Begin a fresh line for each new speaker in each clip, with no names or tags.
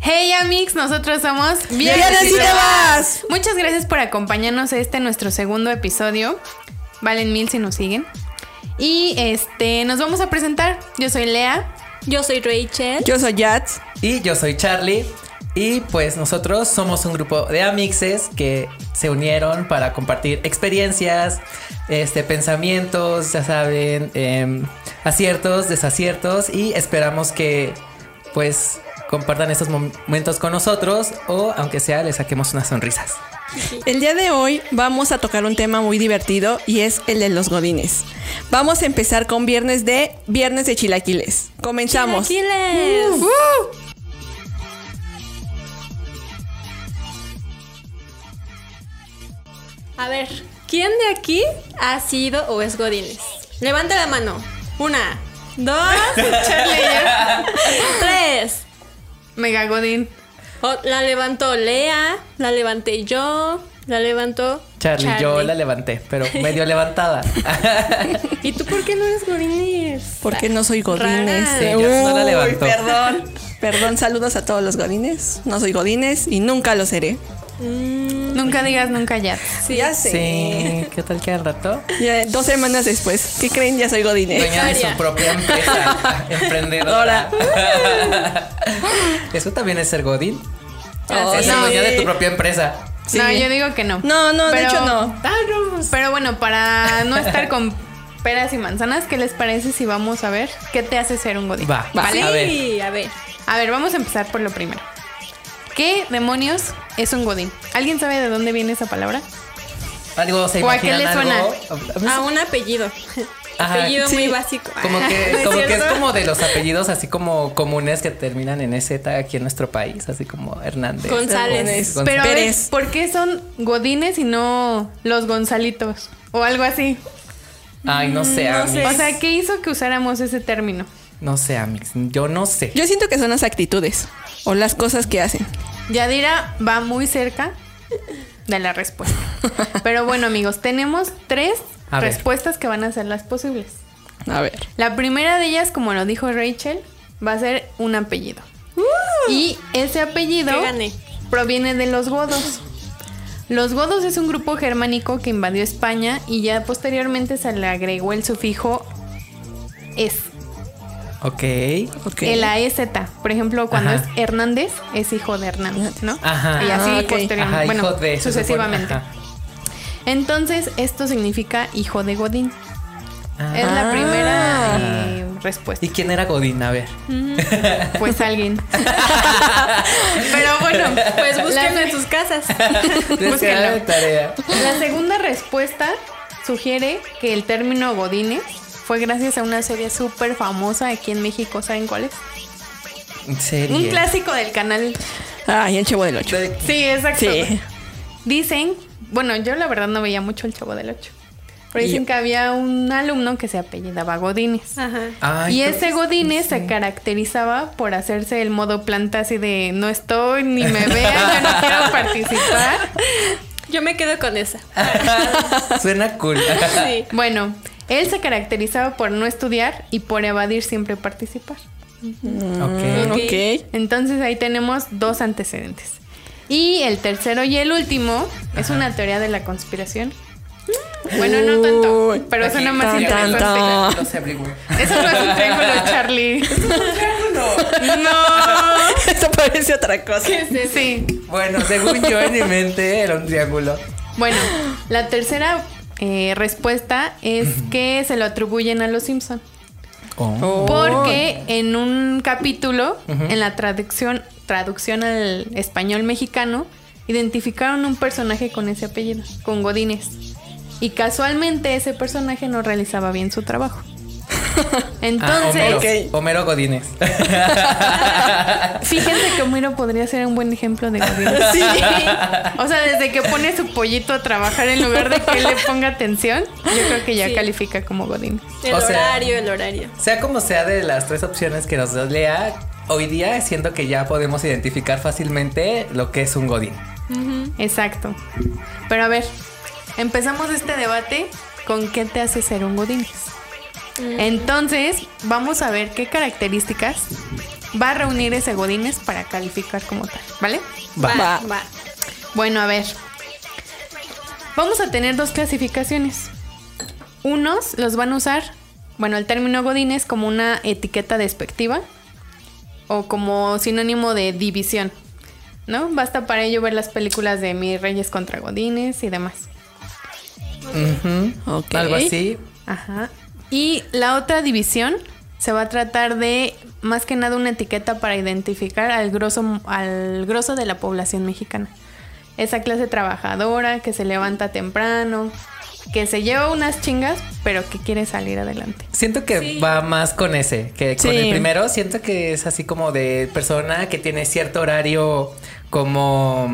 Hey Amix, nosotros somos
Viernes y Demás.
Muchas gracias por acompañarnos a este nuestro segundo episodio. Valen mil si nos siguen. Y este, nos vamos a presentar. Yo soy Lea.
Yo soy Rachel.
Yo soy Yats.
Y yo soy Charlie. Y pues nosotros somos un grupo de amixes que se unieron para compartir experiencias, este, pensamientos, ya saben, em, aciertos, desaciertos y esperamos que pues compartan estos mom- momentos con nosotros o aunque sea les saquemos unas sonrisas.
El día de hoy vamos a tocar un tema muy divertido y es el de los godines. Vamos a empezar con viernes de Viernes de Chilaquiles. Comenzamos.
Chilaquiles. A ver, ¿quién de aquí ha sido o es Godínez? Levanta la mano. Una, dos, tres.
Mega Godín.
O- la levantó Lea, la levanté yo, la levantó
Charlie, yo la levanté, pero medio levantada.
¿Y tú por qué no eres Godínez?
Porque no soy godines.
Rara.
Sí, yo no la
Uy,
levanto.
Perdón. Perdón, saludos a todos los godines. No soy godines y nunca lo seré.
Nunca digas nunca ya.
Sí, ya sé.
Sí, ¿qué tal que al rato?
Ya, dos semanas después. ¿Qué creen? Ya soy godines.
Dueña de
Victoria.
su propia empresa, emprendedora. Eso también es ser Godín.
Oh,
Ah,
es
sí.
ser dueña de tu propia empresa.
Sí.
No, yo digo que no. Ah,
No, no, de hecho no.
Pero bueno, para no estar con peras y manzanas, ¿qué les parece si vamos a ver qué te hace ser un godín?
Va,
¿Vale?
a ver.
Sí, a ver.
A ver, vamos a empezar por lo primero. ¿Qué demonios es un godín? ¿Alguien sabe de dónde viene esa palabra?
Algo se
¿O a qué
imaginan
le
algo.
A un apellido.
Ajá,
apellido
sí.
muy básico.
Como
¿No
que,
es
como que es
cierto?
como de los apellidos así como comunes que terminan en EZ aquí en nuestro país, así como Hernández.
González.
Gonz-
Pero a ver,
Pérez.
¿por qué son godines y no los gonzalitos? O algo así.
Ay, no sé,
no
Amix.
sé.
O sea, ¿qué hizo que usáramos ese término?
No sé, Amix. Yo no sé.
Yo siento que son las actitudes o las cosas que hacen.
Yadira va muy cerca de la respuesta. Pero bueno, amigos, tenemos tres
A ver.
respuestas que van a ser las posibles.
A ver.
La primera de ellas, como lo dijo Rachel, va a ser un apellido. Y ese apellido
Que gané.
proviene de los godos. Los godos es un grupo germánico que invadió España y ya posteriormente se le agregó el sufijo es,
Ok.
Ok.
el AZ. Por ejemplo, cuando
Ajá.
es Hernández, es hijo de Hernández, ¿no?
Ajá.
Y así
Ah, ok.
posteriormente,
Ajá,
bueno,
hijo de. se supone.
sucesivamente.
Ajá.
Entonces, esto significa hijo de Godín.
Ah.
Es la primera
Ah.
eh, respuesta.
¿Y quién era Godín? A ver.
Pues alguien. Pero bueno,
Pues búsquenlo
La,
en sus casas.
Les queda de tarea.
la segunda respuesta sugiere que el término Godines fue gracias a una serie súper famosa aquí en México. ¿Saben cuál es?
En serio.
Un clásico del canal.
Ah, y el Chevo del 8.
De-
Sí, exacto.
Sí.
Dicen, bueno, yo la verdad no veía mucho el Chavo del Ocho. Pero dicen
Y-
que había un alumno que se apellidaba Godines.
Ajá.
Ay,
y
creo
ese
que-
Godínez se caracterizaba por hacerse el modo planta así de no estoy ni me vean, yo no quiero participar.
Yo me quedo con esa.
Suena cool.
Sí.
Bueno, él se caracterizaba por no estudiar y por evadir siempre participar.
Mm,
ok.
ok.
Entonces ahí tenemos dos antecedentes. Y el tercero y el último es una teoría de la conspiración. Bueno, no
Uy,
tanto, pero suena más
tan, tan,
interesante.
tan.
Lo sé, averigüé.
Eso no es un triángulo, Charlie. No.
Esto parece otra cosa.
Sí.
Bueno, según yo en mi mente era un triángulo.
Bueno, la tercera eh, respuesta es que se lo atribuyen a los Simpson.
Oh.
Porque en un capítulo, en la traducción, traducción al español mexicano, identificaron un personaje con ese apellido, con Godínez. Y casualmente ese personaje no realizaba bien su trabajo.
Ah,
Entonces,
Homero,
Ok.
Homero Godínez.
fíjense que Homero podría ser un buen ejemplo de Godínez.
Ah, Sí.
O sea, desde que pone su pollito a trabajar en lugar de que él le ponga atención, yo creo que ya
Sí.
califica como Godínez.
El
O sea-
horario, el horario.
Sea como sea de las tres opciones que nos lea, hoy día siento que ya podemos identificar fácilmente lo que es un Godín.
Exacto. Pero a ver, empezamos este debate con qué te hace ser un godínez. Entonces, vamos a ver qué características va a reunir ese Godines para calificar como tal, ¿vale?
Va.
Va,
Va.
va.
Bueno, a ver. Vamos a tener dos clasificaciones. Unos los van a usar, bueno, el término Godines como una etiqueta despectiva o como sinónimo de división, ¿no? Basta para ello ver las películas de Mis Reyes contra Godines y demás.
Ujú.
Ok.
Algo así.
Ajá. Y la otra división se va a tratar de más que nada una etiqueta para identificar al grosso, al grosso de la población mexicana. Esa clase trabajadora que se levanta temprano, que se lleva unas chingas, pero que quiere salir adelante.
Siento que va más con ese, que con
Sí.
el primero. Siento que es así como de persona que tiene cierto horario como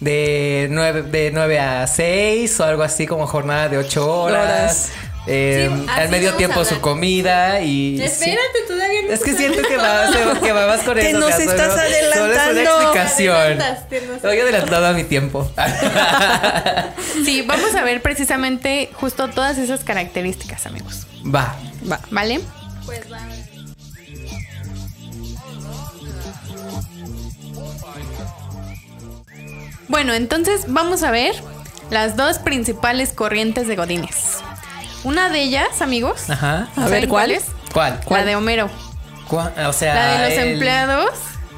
de 9, de nueve a 6 o algo así como jornada de 8 horas.
Horas.
eh,
Sí, así
al medio
vamos
tiempo
a
su
hablar.
comida y...
Espérate, todavía
sí.
no
Es que
te
siento que vas, que va más con
Que
eso.
nos
Gas,
estás
solo- solo es una
adelantando.
explicación.
Adelantas, te nos-
Estoy adelantado a mi tiempo. Ah,
Sí, vamos a ver precisamente justo todas esas características, amigos.
va.
Va.
¿Vale?
Pues va.
Bueno, entonces vamos a ver las dos principales corrientes de Godines. Una de ellas, amigos.
Ajá.
A
¿saben
ver, ¿cuál?
es?
¿Cuál?
La de Homero.
¿Cuál? O sea...
La de los
el-
empleados.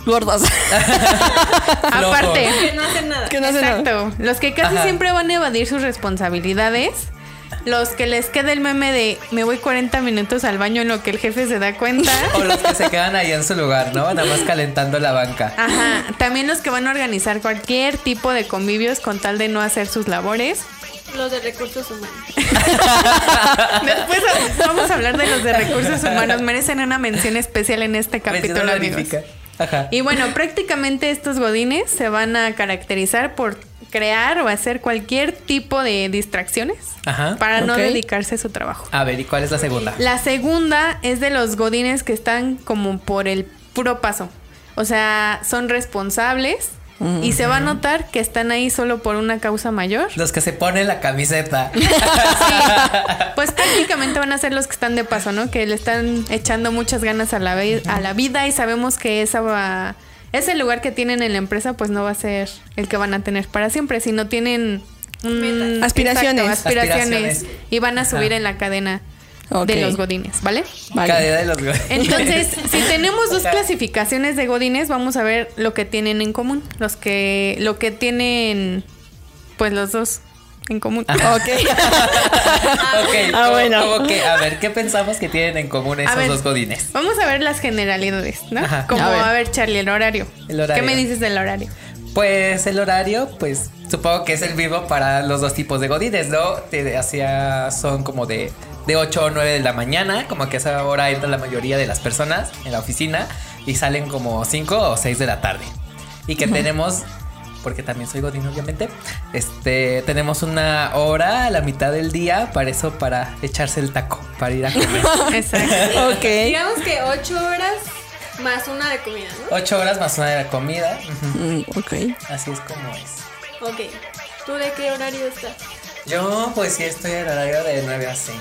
Gordos.
flojo.
Aparte.
Que no hacen nada.
que no hacen nada.
Exacto. Los que casi
Ajá.
siempre van a evadir sus responsabilidades. Los que les queda el meme de me voy 40 minutos al baño en lo que el jefe se da cuenta.
O los que se quedan ahí en su lugar, ¿no? Nada más calentando la banca.
Ah. Ajá. También los que van a organizar cualquier tipo de convivios con tal de no hacer sus labores.
Los de recursos humanos.
Después vamos a hablar de los de recursos humanos. Merecen una mención especial en este capítulo,
Mención
amigos.
honorífica. Ajá.
Y bueno, prácticamente estos godines se van a caracterizar por crear o hacer cualquier tipo de distracciones
Ajá.
para no
ok.
dedicarse a su trabajo.
A ver, ¿y cuál es la segunda?
La segunda es de los godines que están como por el puro paso. O sea, son responsables y se va a notar que están ahí solo por una causa mayor.
Los que se ponen la camiseta.
Pues prácticamente van a ser los que están de paso, ¿no? Que le están echando muchas ganas a la, vi- a la vida y sabemos que esa va, ese lugar que tienen en la empresa pues no va a ser el que van a tener para siempre, si no tienen mm,
Metas.
Aspiraciones.
exacto, aspiraciones,
Aspiraciones.
y van a
Ajá.
subir en la cadena
Ok.
de los godines, ¿vale?
Vale.
Cadena de los
Entonces, si tenemos dos clasificaciones de godines, vamos a ver lo que tienen en común, los que lo que tienen pues los dos en común.
Ah.
Ok.
ok.
Ah,
¿cómo-
bueno.
cómo que? a ver, ¿qué pensamos que tienen en común esos
ver.
dos godines?
Vamos a ver las generalidades, ¿no?
Ajá.
Como,
A
a
ver.
ver. Charlie, el horario.
El horario.
¿Qué me dices del horario?
Pues el horario, pues supongo que es el mismo para los dos tipos de godines, ¿no? Te hacía, son como de, de 8 o 9 de la mañana, como que a esa hora entra la mayoría de las personas en la oficina y salen como 5 o 6 de la tarde. Y que tenemos, porque también soy godín obviamente, este, tenemos una hora a la mitad del día para eso, para echarse el taco, para ir a comer.
Exacto.
ok.
Digamos que ocho horas más una de comida,
8 horas más una de la comida, ujú,
Mm, ok.
así es como es.
¿no? Ok. ¿Tú de qué horario estás?
Yo, pues sí, estoy en horario de 9 a 6.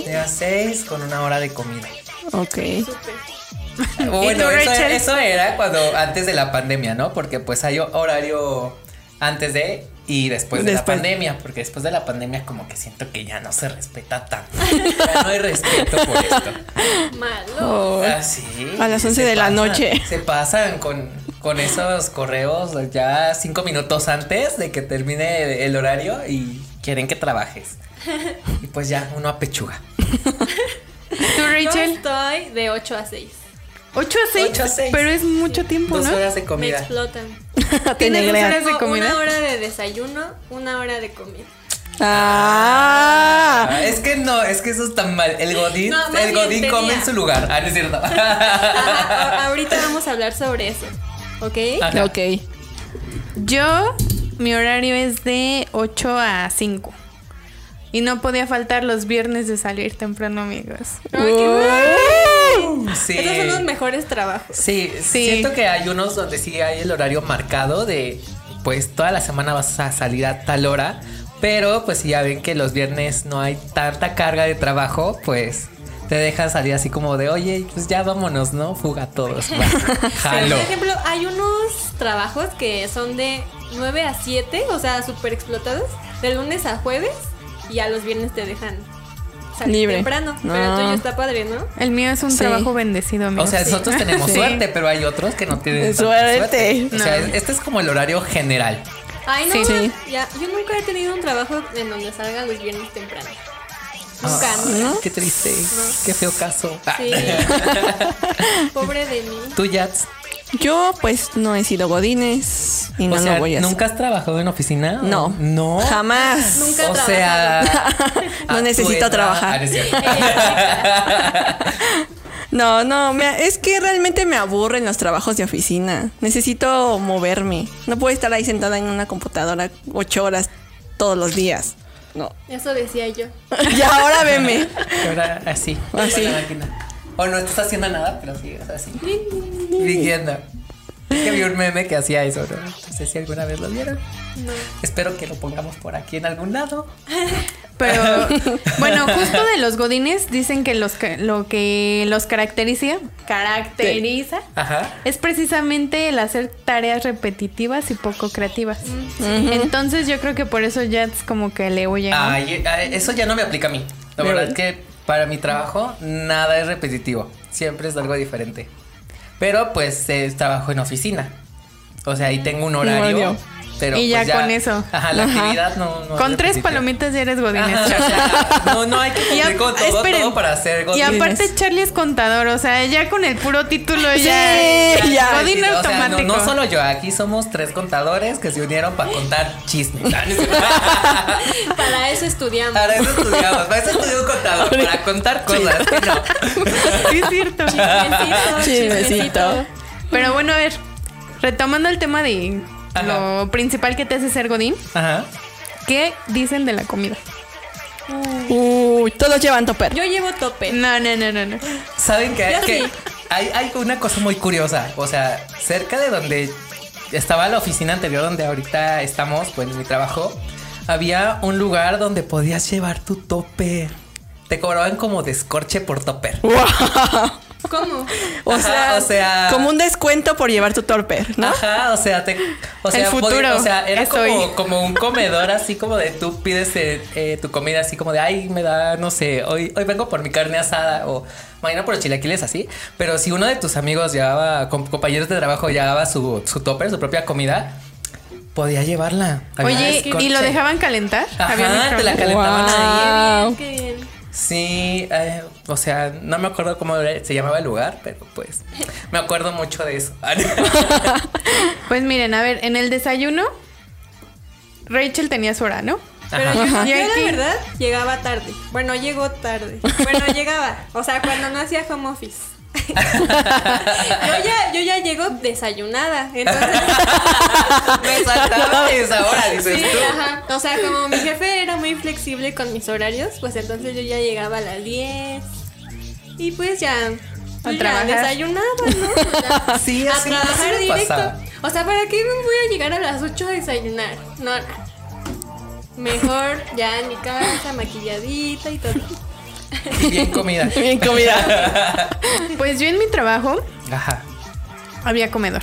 9 a 6 con una hora de comida.
Ok.
Súper.
Bueno,
tú,
eso,
Rachel?
eso era cuando antes de la pandemia, ¿no? Porque pues hay horario antes de y después de
Después.
la pandemia, porque después de la pandemia como que siento que ya no se respeta tanto. Ya no hay respeto por esto.
Malo.
Oh.
Ah, sí.
A las
Se
11 de la
pasan-
noche.
Se pasan con, con esos correos ya cinco minutos antes de que termine el horario y quieren que trabajes. Y pues ya uno apechuga.
¿Tú,
Yo
Rachel?
estoy de 8 a 6.
8 a 6.
Ocho a seis.
Pero es mucho tiempo,
Dos
¿no?
horas de
Me
comida.
explotan.
Te
¿Tienes
negrean.
horas de
Tengo
comida?
Una hora de desayuno, una hora de comida.
Ah.
Ah, es que no, es que eso está mal. El godín,
No, más
el
bien
godín come
tenía.
en su lugar. Ah, no es cierto. Ah,
Ajá, a- ahorita vamos a hablar sobre eso. ¿Ok?
Ajá.
Ok.
Yo, mi horario es de 8 a 5. Y no podía faltar los viernes de salir temprano, amigos.
Uh.
Ah, Sí.
Esos son los mejores trabajos.
Sí,
Sí.
siento que hay unos donde sí hay el horario marcado de pues toda la semana vas a salir a tal hora, pero pues si ya ven que los viernes no hay tanta carga de trabajo, pues te dejan salir así como de, oye, pues ya vámonos, ¿no? Fuga todos. va, Jalo.
Por ejemplo, hay unos trabajos que son de 9 a 7, o sea, súper explotados, de lunes a jueves y a los viernes te dejan salir
Libre.
temprano. Pero
No.
el tuyo está padre, ¿no?
El mío es un
Sí.
trabajo bendecido, amigo.
O sea,
Sí.
nosotros tenemos
Sí.
suerte, pero hay otros que no tienen tanta
Suerte.
O sea,
No.
este es como el horario general.
Ay,
Sí.
no,
Sí.
ya, yo nunca he tenido un trabajo en donde salga los viernes temprano. Nunca,
Ah,
nunca.
Qué triste. Qué feo caso. Ah.
Sí. Pobre de mí.
Tú, Yats.
Yo, pues, no he sido Godines y no
o sea,
lo voy a hacer.
¿nunca has trabajado en oficina?
No.
No.
Jamás.
Nunca he
O sea,
No
a tu
necesito
edad-
trabajar.
Ah, no es cierto.
No, no, me- es que realmente me aburren los trabajos de oficina. Necesito moverme. No puedo estar ahí sentada en una computadora ocho horas todos los días. No.
Eso decía yo.
Y ahora veme.
Y ahora así.
Así.
con la máquina. O no estás haciendo nada, pero sigues así. Diciendo. Es que vi un meme que hacía eso, ¿no? No sé si alguna vez lo vieron.
No.
Espero que lo pongamos por aquí en algún lado.
Pero bueno, justo de los godines dicen que los ca- lo que los caracteriza, caracteriza
Ajá.
es precisamente el hacer tareas repetitivas y poco creativas. Entonces yo creo que por eso ya es como que le huye. ¿no?
Ay, eh, eso ya no me aplica a mí. La
Pero-
verdad es que para mi trabajo nada es repetitivo. Siempre es algo diferente. Pero pues eh, trabajo en oficina. O sea, ahí tengo un horario.
horario.
Pero
Y
pues,
ya con eso.
Ajá, la
Ajá.
actividad no. no
Con
es
tres
repetitiva.
palomitas ya eres godines.
Ajá,
Charlie.
o sea, no, no hay que
Y
cumplir
a-
con todo,
esperen.
todo para ser
Y
godines.
aparte Charlie es contador, o sea, ya con el puro título ya,
Sí, ya.
godín
O sea, no-
automático.
no, solo yo, aquí somos tres contadores que se unieron para contar chismes. Ah,
Para eso estudiamos.
Para eso estudiamos, para eso estudió un contador, para contar cosas. que no.
Sí, es cierto.
Chismecito,
Chismecito.
chismecito.
Pero bueno, a ver, retomando el tema de
Ajá.
lo principal que te hace ser Godín,
Ajá.
¿qué dicen de la comida?
Uy, todos llevan topper.
Yo llevo tope.
No, no, no, no, no.
¿Saben que,
Ya
que
sí.
hay, hay una cosa muy curiosa? O sea, cerca de donde estaba la oficina anterior, donde ahorita estamos, pues en mi trabajo, había un lugar donde podías llevar tu topper. Te cobraban como descorche por topper.
¿Cómo?
O
Ajá,
sea,
o sea-
como un descuento por llevar tu topper, ¿no?
Ajá, o sea, te, o sea,
El futuro
podi- o sea, era
es hoy.
como, como un comedor así como de tú pides eh, eh, tu comida así como de ay, me da, no sé, hoy, hoy vengo por mi carne asada o mañana por los chilaquiles así. Pero si uno de tus amigos llevaba, com- compañeros de trabajo llevaba su, su topper, su propia comida, podía llevarla. Había
Oye,
escorche.
¿y lo dejaban calentar? Había
Ajá,
micro-
te la calentaban ahí.
Wow.
Qué bien.
Sí, eh, o sea, no me acuerdo cómo era- se llamaba el lugar, pero pues me acuerdo mucho de eso.
Pues miren, a ver, en el desayuno, Rachel tenía su hora, ¿no?
Pero
Ajá.
yo,
Ajá.
yo
Aquí.
la verdad llegaba tarde. Bueno, llegó tarde. Bueno, llegaba. O sea, cuando no hacía home office.
Ah.
yo, ya, yo ya llego desayunada. Entonces,
Me saltaba esa hora, dices
sí,
tú.
ajá. O sea, como mi jefe era muy flexible con mis horarios, pues entonces yo ya llegaba a las 10. Y pues ya. pues ya
trabajar.
desayunaba, ¿no? Ya,
Sí,
a
así- así
trabajar
me
directo.
pasaba.
O sea, ¿para qué me voy a llegar a las 8 a desayunar? No, no. Mejor ya en mi casa, maquilladita y todo.
Y bien comida.
Bien comida.
Pues yo en mi trabajo
Ajá.
había comedor,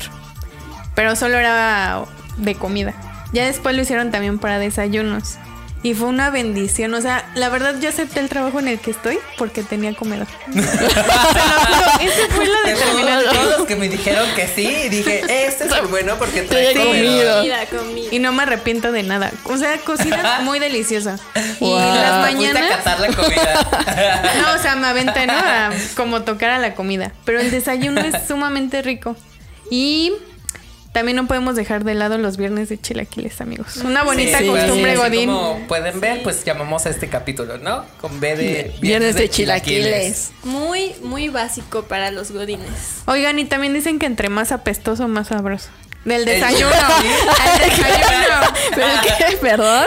pero solo era de comida. Ya después lo hicieron también para desayunos. Y fue una bendición, o sea, la verdad yo acepté el trabajo en el que estoy porque tenía comedor. Se lo juro, esa fue la
De
determinante.
todos, todos los que me dijeron que sí, dije, este es el bueno porque trae
Trae
comida.
Comida, comida.
Y no me arrepiento de nada. O sea, cocina muy deliciosa. Y
Wow.
las
Fuiste a
mañanas.
catar la comida.
No, o sea, me aventé, ¿no? A como tocar a la comida. Pero el desayuno es sumamente rico. Y también no podemos dejar de lado los viernes de chilaquiles, amigos. Una bonita
Sí, pues,
costumbre,
así
Godín.
Como pueden ver, pues llamamos a este capítulo, ¿no? Con B de
Viernes de chilaquiles.
Muy, muy básico para los godines.
Oigan, y también dicen que entre más apestoso, más sabroso. Del
El
desayuno.
chilaquil.
Al desayuno.
¿Pero qué? ¿Perdón?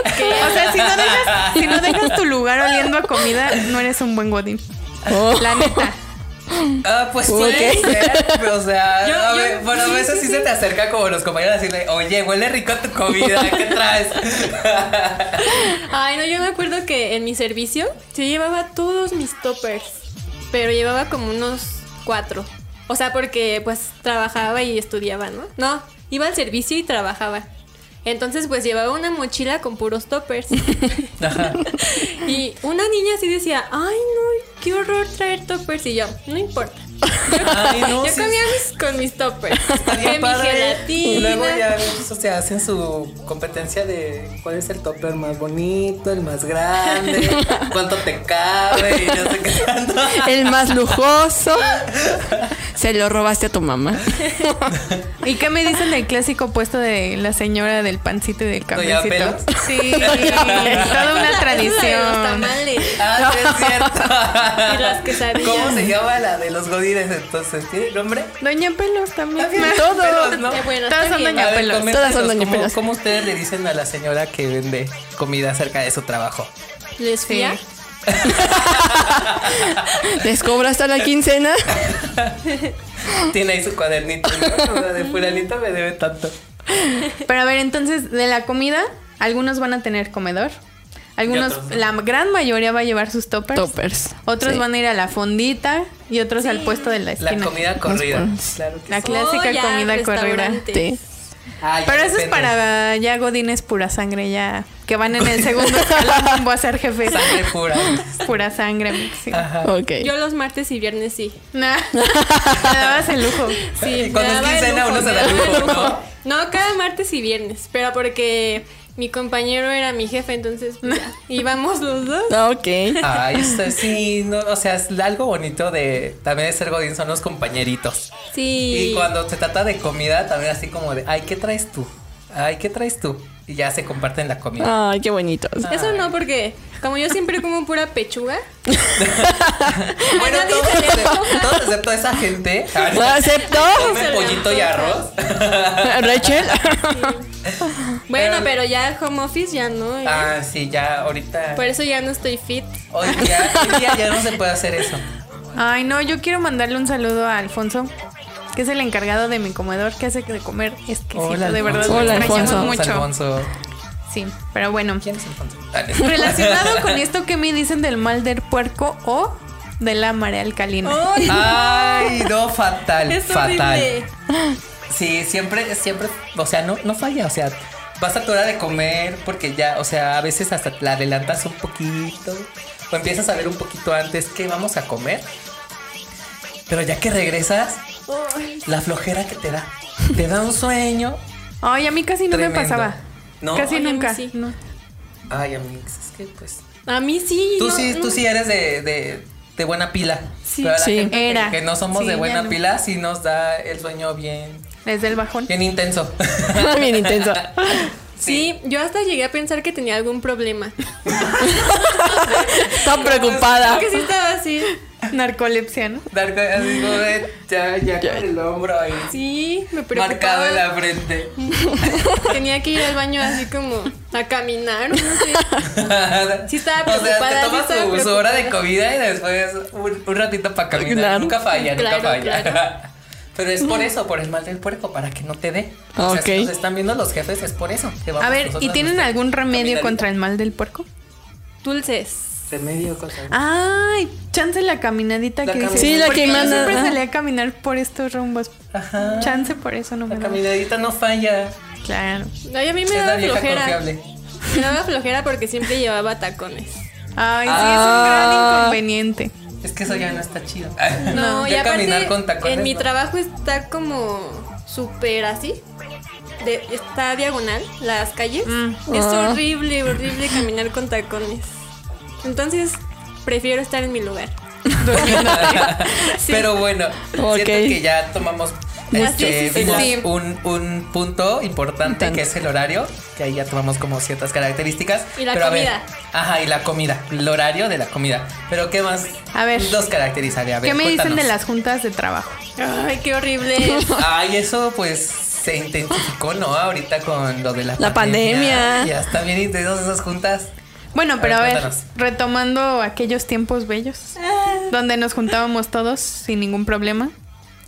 O sea, si no, dejas, si no dejas tu lugar oliendo a comida, no eres un buen Godín.
Oh.
La neta.
Ah, pues sí.
Ok.
O sea,
Yo-
a
yo-
ver, bueno, a
sí,
veces
sí,
sí,
sí.
se te acerca como los compañeros a decirle, oye, huele rico tu comida, ¿qué traes?
Ay, no, yo me acuerdo que en mi servicio yo llevaba todos mis toppers. pero llevaba como unos cuatro. O sea, porque pues trabajaba y estudiaba, ¿no? No, iba al servicio y trabajaba. Entonces pues llevaba una mochila con puros toppers.
Ajá.
Y una niña así decía, ay no, qué horror traer toppers. Y yo, no importa.
Ay, no,
yo
sí,
comía mis- con mis toppers.
estaría
Que mi
padre.
gelatina.
Y luego ya o sea, hacen su competencia de cuál es el topper más bonito, el más grande, cuánto te cabe y no sé qué tanto.
El más lujoso. Se lo robaste a tu mamá.
¿Y qué me dicen del clásico puesto de la señora del pancito y del
¿Doña
cafecito?
Pelos?
Sí, toda una
Esa de Los
tradición.
tamales
Ah, sí es cierto.
y las quesadillas.
¿Cómo se llama la de los godines entonces? ¿Tiene nombre?
Doña Pelos también.
Todos, ¿no?
Qué bueno,
Todas
está
son
bien.
doña
A ver,
Pelos.
coméntenos,
Todas son doña
¿cómo-
Pelos.
¿Cómo ustedes le dicen a la señora que vende comida cerca de su trabajo?
¿Les fía?
Sí.
¿Les cobra hasta la quincena?
Tiene ahí su cuadernito, ¿no? O sea, de fulanito me debe tanto.
Pero a ver, entonces, de la comida, algunos van a tener comedor. Algunos,
otros no.
la gran mayoría va a llevar sus toppers.
Toppers.
Otros
Sí.
van a ir a la fondita y otros al puesto de la
La
esquina.
comida corrida.
ponemos.
Claro que
La
sí.
Clásica
ya,
comida corrida.
Sí.
restaurantes.
Ah, ya
Pero eso es
depende.
para ya godines pura sangre, ya que van en el segundo escalón rumbo a ser jefes.
Sangre pura.
Pura sangre, amigo, sí.
Ajá.
Ok.
Yo los martes y viernes sí.
Nah, te dabas el lujo.
Sí,
Y cuando
me
es
daba el
quincena,
lujo,
uno se
me
da
daba
lujo,
el lujo.
¿no?
No, cada martes y viernes, pero porque mi compañero era mi jefe, entonces pues, ya, íbamos los dos.
Ok.
Ay, esto sí, no, o sea, es algo bonito de también de ser Godín son los compañeritos.
Sí.
Y cuando se trata de comida, también así como de, ay, ¿qué traes tú? Ay, ¿qué traes tú? Y ya se comparten la comida.
Ay, qué bonitos.
Eso no, porque como yo siempre como pura pechuga,
Bueno,
Nadie
todos,
se le
excepto-
antoja.
todos excepto esa gente.
¿Lo aceptó?
Come
se le
pollito y
antoja.
arroz.
Rachel.
bueno, pero ya home office ya no. ¿eh?
Ah, sí, ya ahorita.
Por eso ya no estoy fit.
Hoy día, hoy día ya no se puede hacer eso.
Ay, no, yo quiero mandarle un saludo a Alfonso, que es el encargado de mi comedor, que hace de comer exquisito, de verdad. lo
Hola,
extrañamos
Alfonso.
mucho.
Alfonso.
Sí, pero bueno.
¿Quién es Alfonso? Dale.
Relacionado con esto, ¿qué me dicen del mal del puerco o de la marea alcalina?
Oh.
¡Ay!
Ay, no, fatal,
es
fatal.
horrible.
Sí, siempre, siempre, o sea, no, no falla, o sea, vas a tu hora de comer porque ya, o sea, a veces hasta la adelantas un poquito o empiezas a ver un poquito antes qué vamos a comer. Pero ya que regresas,
Ay.
la flojera que te da, te da un sueño.
Ay, a mí casi no
Tremendo.
me pasaba.
¿No?
Casi
Ay, a mí
nunca.
sí.
no.
Ay, amigos, es que pues...
A mí sí.
Tú
no, eh,
sí,
no.
tú sí eres de, de, de buena pila.
Sí,
Pero a la
sí.
gente que-
Era.
Que no somos
Sí,
de
ya
buena
no.
pila, sí nos da el sueño bien,
Desde el bajón.
bien intenso.
Bien intenso.
Sí, yo hasta llegué a pensar que tenía algún problema.
Está preocupada.
Porque sí estaba así.
Narcolepsia, ¿no?
Dar así como de, ya, ya, con el hombro ahí.
Sí, me preocupaba.
Marcado en la frente.
Tenía que ir al baño así como a caminar. No sé. Sí estaba
O sea,
preocupada,
te
sí
tomas
estaba
tu- su, hora de
preocupada.
comida y después un, un ratito para caminar.
Claro.
Nunca falla, nunca
Claro,
falla.
claro.
Pero es por eso, por el mal del puerco, para que no te dé. O sea, si
Ok.
nos están viendo los jefes, es por eso. que vamos
A ver, ¿y
nosotras
tienen
nuestra
algún remedio
caminadita.
contra el mal del puerco?
Dulces.
Remedio
Ah,
contra-
Ay, chance la caminadita
La
que dice.
caminadita. Sí, la
porque
que
yo
manda,
siempre
ajá.
salí a caminar por estos rumbos.
Ajá.
Chance por eso no me
La
da.
caminadita no falla.
Claro.
Ay, a mí me
es la
daba
vieja
flojera.
confiable.
Me daba flojera porque siempre llevaba tacones.
Ay, sí,
Ah.
es un gran inconveniente.
Es que eso ya no está chido.
No, y
ya
aparte,
caminar con tacones.
en mi
no.
trabajo está como súper así. De- está diagonal las calles.
Mm.
Es
Ah.
horrible, horrible caminar con tacones. Entonces, prefiero estar en mi lugar. Sí.
Pero bueno,
Ok.
siento que ya tomamos este,
sí, sí,
vimos
sí.
Un, un punto importante
Importante.
que es el horario, que ahí ya tomamos como ciertas características.
Y la
Pero a ver,
comida.
ajá, y la comida, el horario de la comida. Pero ¿qué más
A ver.
los caracterizaría? A ver,
¿Qué me dicen de
cuéntanos.
las juntas de trabajo?
Ay, qué horrible.
Ay, eso pues se intensificó, ¿no? Ahorita con lo de la,
La pandemia.
Ya está bien intensas esas juntas.
Bueno, pero a
ver,
ver,
cuéntanos. Ah.
retomando aquellos tiempos bellos, donde nos juntábamos todos sin ningún problema.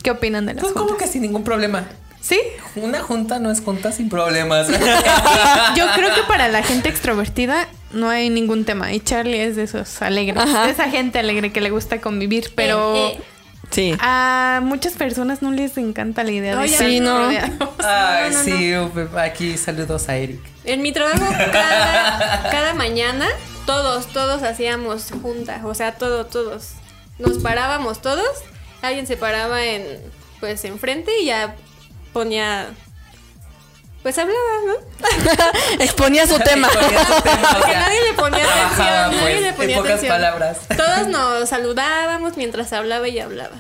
¿Qué opinan de las
Pues como
juntas?
que sin ningún problema.
Sí,
Una junta no es junta sin problemas.
yo creo que para la gente extrovertida no hay ningún tema. Y Charlie es de esos alegres,
Ajá.
de esa gente alegre que le gusta convivir, pero
Eh, eh.
Sí.
a muchas personas no les encanta la idea de
Ay,
estar
sí, no.
rodeado.
Ay,
no, no,
sí, upe, aquí saludos a Eric.
En mi trabajo cada, cada mañana todos, todos hacíamos juntas, o sea, todos, todos. Nos parábamos todos, alguien se paraba en, pues, enfrente y ya ponía, pues hablaba, ¿no?
Exponía su tema.
Ponía su este tema, o
Porque
sea,
nadie le ponía
trabajaba,
atención, nadie
pues,
le ponía
en pocas
atención.
palabras.
Todos nos saludábamos mientras hablaba y hablaba.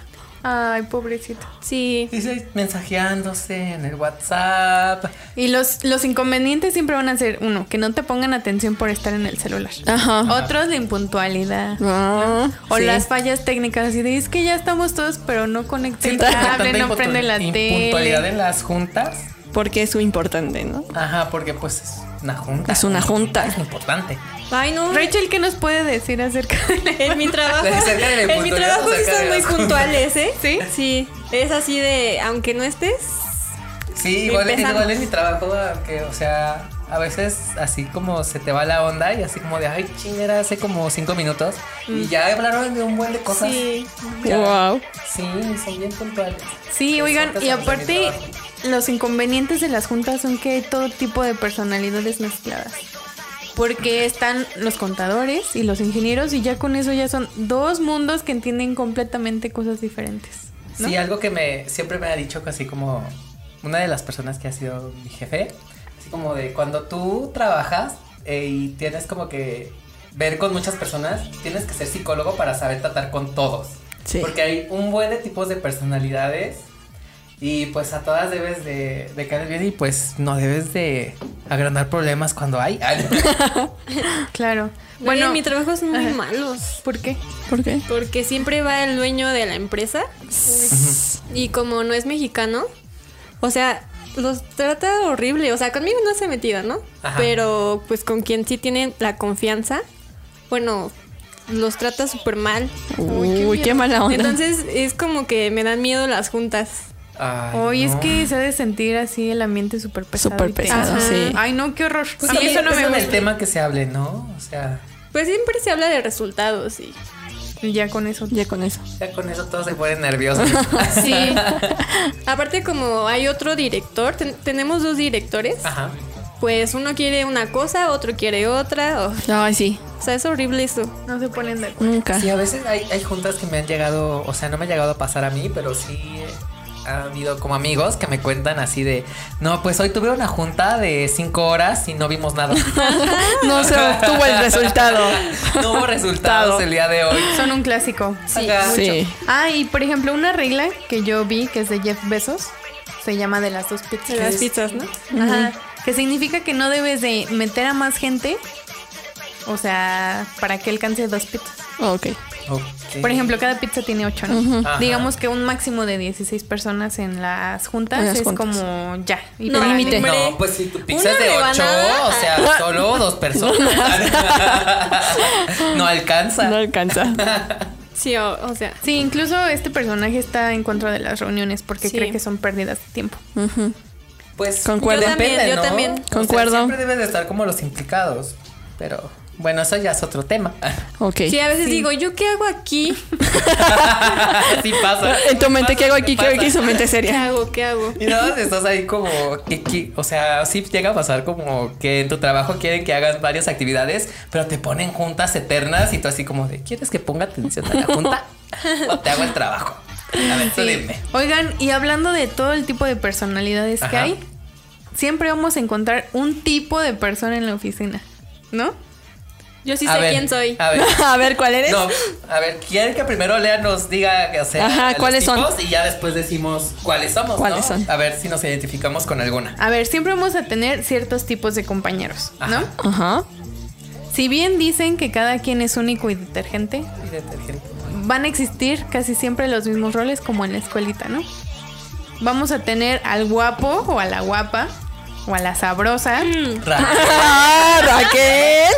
Ay, pobrecito.
Sí,
Dice mensajeándose en el WhatsApp.
Y los, los inconvenientes siempre van a ser, uno, que no te pongan atención por estar en el celular.
Ajá.
Otros, la impuntualidad.
Ah,
O
sí.
las fallas técnicas. Y de, es que ya estamos todos, pero no conecté el
Siento que con
cable,
tanta
no
impuntu-
prende la
impuntualidad
tele.
en las juntas.
Porque es muy importante, ¿no?
Ajá, porque pues es una junta.
Es una junta.
Es importante.
ay no.
Rachel, ¿qué nos puede decir acerca de
En mi trabajo,
Acerca Pues, de la
en mi
puntualidad,
trabajo sí
acerca de
son muy
las juntas.
puntuales, ¿eh?
¿Sí?
Sí, es así de, aunque no estés,
Sí, igual,
Empezamos.
igual en mi trabajo, que, o sea, a veces así como se te va la onda y así como de, ay, chingera, hace como cinco minutos y ya hablaron de un buen de cosas.
Mm. sí.
Ya.
Wow.
Sí, son bien puntuales.
Sí, oigan,
Son
y
personas de mi
aparte
trabajo.
los inconvenientes de las juntas son que hay todo tipo de personalidades mezcladas. Porque están los contadores y los ingenieros y ya con eso ya son dos mundos que entienden completamente cosas diferentes. ¿no?
Sí, algo que me siempre me ha dicho que así como una de las personas que ha sido mi jefe, así como de cuando tú trabajas eh, y tienes como que ver con muchas personas, tienes que ser psicólogo para saber tratar con todos.
Sí.
Porque hay un buen de tipos de personalidades y pues a todas debes de, de caer bien y pues no debes de agrandar problemas cuando hay. Ay,
Claro.
Bueno,
Bueno,
mi trabajo es muy
Ajá.
malos.
¿por qué?
¿Por qué?
Porque siempre va el dueño de la empresa y como no es mexicano, o sea, los trata horrible. O sea, conmigo no se ha metido, ¿no?
Ajá.
Pero pues con quien sí tiene la confianza, bueno, los trata súper mal.
Uy, qué mala onda.
Entonces es como que me dan miedo las juntas.
Ay,
Hoy es
no.
que se ha de sentir así el ambiente súper pesado.
Súper
y te-
pesado,
Ajá.
sí.
Ay, no, qué horror.
Pues
A mí
sí,
eso no
es
me
en
gusta.
el tema que se hable, ¿no? O sea,
Pues siempre se habla de resultados y...
Y Ya con eso.
Ya con eso.
ya con eso todos se ponen nerviosos.
Sí. Aparte como hay otro director, ten- tenemos dos directores.
Ajá.
Pues uno quiere una cosa, otro quiere otra. O,
Ay, sí.
o sea, es horrible eso.
No se ponen de acuerdo.
Nunca.
Sí, a veces hay, hay juntas que me han llegado, o sea, no me ha llegado a pasar a mí, pero sí eh, ha habido como amigos que me cuentan así de, no, pues hoy tuve una junta de cinco horas y no vimos nada.
No se obtuvo el resultado.
no hubo resultados el día de hoy.
Son un clásico.
Sí.
Ajá.
Sí.
Ah, y por ejemplo, una regla que yo vi que es de Jeff Bezos se llama de las dos pizzas.
De las pizzas, ¿no?
Ajá. Que significa que no debes de meter a más gente. O sea, para que alcance dos pizzas.
Ah, Ok.
Ok.
Por ejemplo, cada pizza tiene ocho, ¿no?
Ajá.
Digamos que un máximo de 16 personas en las juntas
En las
es
juntas.
como ya. Y
No,
para-
límite.
hombre.
No, pues si tu pizza es
Una
de ocho,
rebanada.
o sea, solo dos personas. no alcanza.
No alcanza.
Sí, o, o sea.
Sí, incluso este personaje está en contra de las reuniones porque
Sí.
cree que son pérdidas de tiempo.
Ujú.
Pues
Concuerdo.
yo también,
Depende,
yo
¿no?
también. O sea,
Concuerdo.
siempre deben de estar como los implicados, pero bueno, eso ya es otro tema.
Ok.
Sí, a veces digo, ¿yo qué hago aquí?
Así pasa.
En tu mente, ¿qué hago aquí? ¿Qué hago aquí? Su mente
¿Qué
seria.
hago? ¿Qué hago?
Y nada más estás ahí como que, que- o sea, sí llega a pasar como que en tu trabajo quieren que hagas varias actividades, pero te ponen juntas eternas y tú así como de, ¿quieres que ponga atención a la junta? o te hago el trabajo. A ver, tú
Sí.
dime.
Oigan, y hablando de todo el tipo de personalidades que
Ajá.
hay, siempre vamos a encontrar un tipo de persona en la oficina, ¿no?
Yo sí
a
sé
ver, ah.
quién soy.
A ver.
A ver, ¿cuál eres?
No, a ver, quieren que primero Lea nos diga o sea,
Ajá,
los
¿cuáles son?
tipos Y ya después decimos cuáles somos.
¿Cuáles
¿no?
son?
A ver si nos identificamos con alguna.
A ver, siempre vamos a tener ciertos tipos de compañeros, ¿no?
Ajá.
Ajá.
Si bien dicen que cada quien es único y detergente,
Y detergente.
van a existir casi siempre los mismos roles como en la escuelita, ¿no? Vamos a tener al guapo o a la guapa o a la sabrosa.
Mm. Ra-
Ah, Raquel.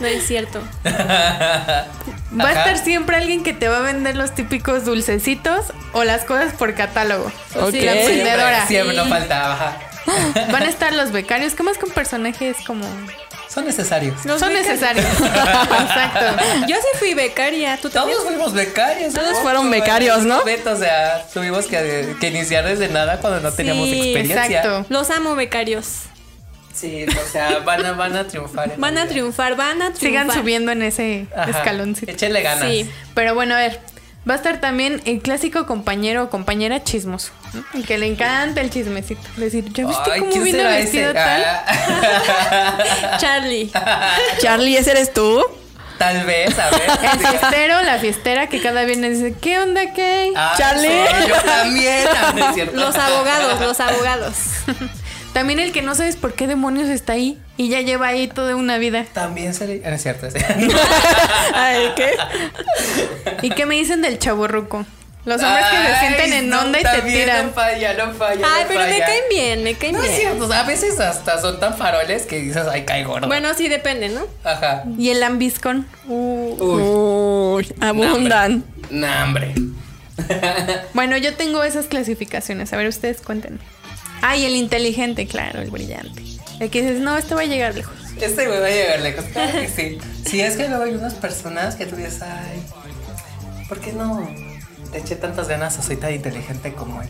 No es cierto.
Va a
Ajá.
estar siempre alguien que te va a vender los típicos dulcecitos o las cosas por catálogo.
Ok.
Sí, la emprendedora.
Siempre, siempre
Sí.
no faltaba. ajá.
Van a estar los becarios, que más con personajes como
Son necesarios.
Los
Son
becarios.
necesarios. Exacto.
Yo sí fui becaria. ¿Tú también?
Todos fuimos becarios.
Todos
¿no?
fueron becarios, ¿no?
Beto, o sea, tuvimos que, que iniciar desde nada cuando no teníamos
Sí,
experiencia.
exacto.
Los amo, becarios.
Sí, o sea, van a, van a triunfar. en
Van a
la vida.
triunfar, van a triunfar.
Sigan subiendo en ese
Ajá.
escaloncito.
Échenle ganas.
Sí.
Pero bueno, a ver, va a estar también el clásico compañero o compañera chismoso, ¿no? El que le encanta el chismecito. Decir, ¿ya viste
Ay,
cómo
¿quién
vino
será
vestido
ese?
tal?
Ah,
Charlie.
Charlie, ¿ese eres tú?
tal vez, a ver.
El fiestero, la fiestera que cada viernes dice, ¿qué onda, Kay?
Ah,
Charlie.
sí, yo también. ah, no es cierto.
Los abogados, los abogados.
También el que no sabes por qué demonios está ahí y ya lleva ahí toda una vida.
También se le... ah, No es cierto. sí.
Ay, ¿qué?
¿Y qué me dicen del chaborruco? Los hombres que se
Ay,
sienten en
no,
onda y te
también
tiran.
No falla, no falla.
Ay,
no
pero me
falla.
caen bien, me caen
No es
bien.
cierto. A veces hasta son tan faroles que dices, ay, cae gordo.
Bueno, sí depende, ¿no?
Ajá.
Y el Uh. ambiscón.
Uy.
Uy, abundan.
Nah, hombre.
Bueno, yo tengo esas clasificaciones. A ver, ustedes cuéntenme. Ah, y el inteligente, claro, el brillante. El que dices, no, este va a llegar lejos.
Este güey va a llegar lejos. Claro que sí. Sí, es que luego hay unas personas que tú dices, ay, ¿por qué no te eché tantas ganas o soy tan inteligente como él?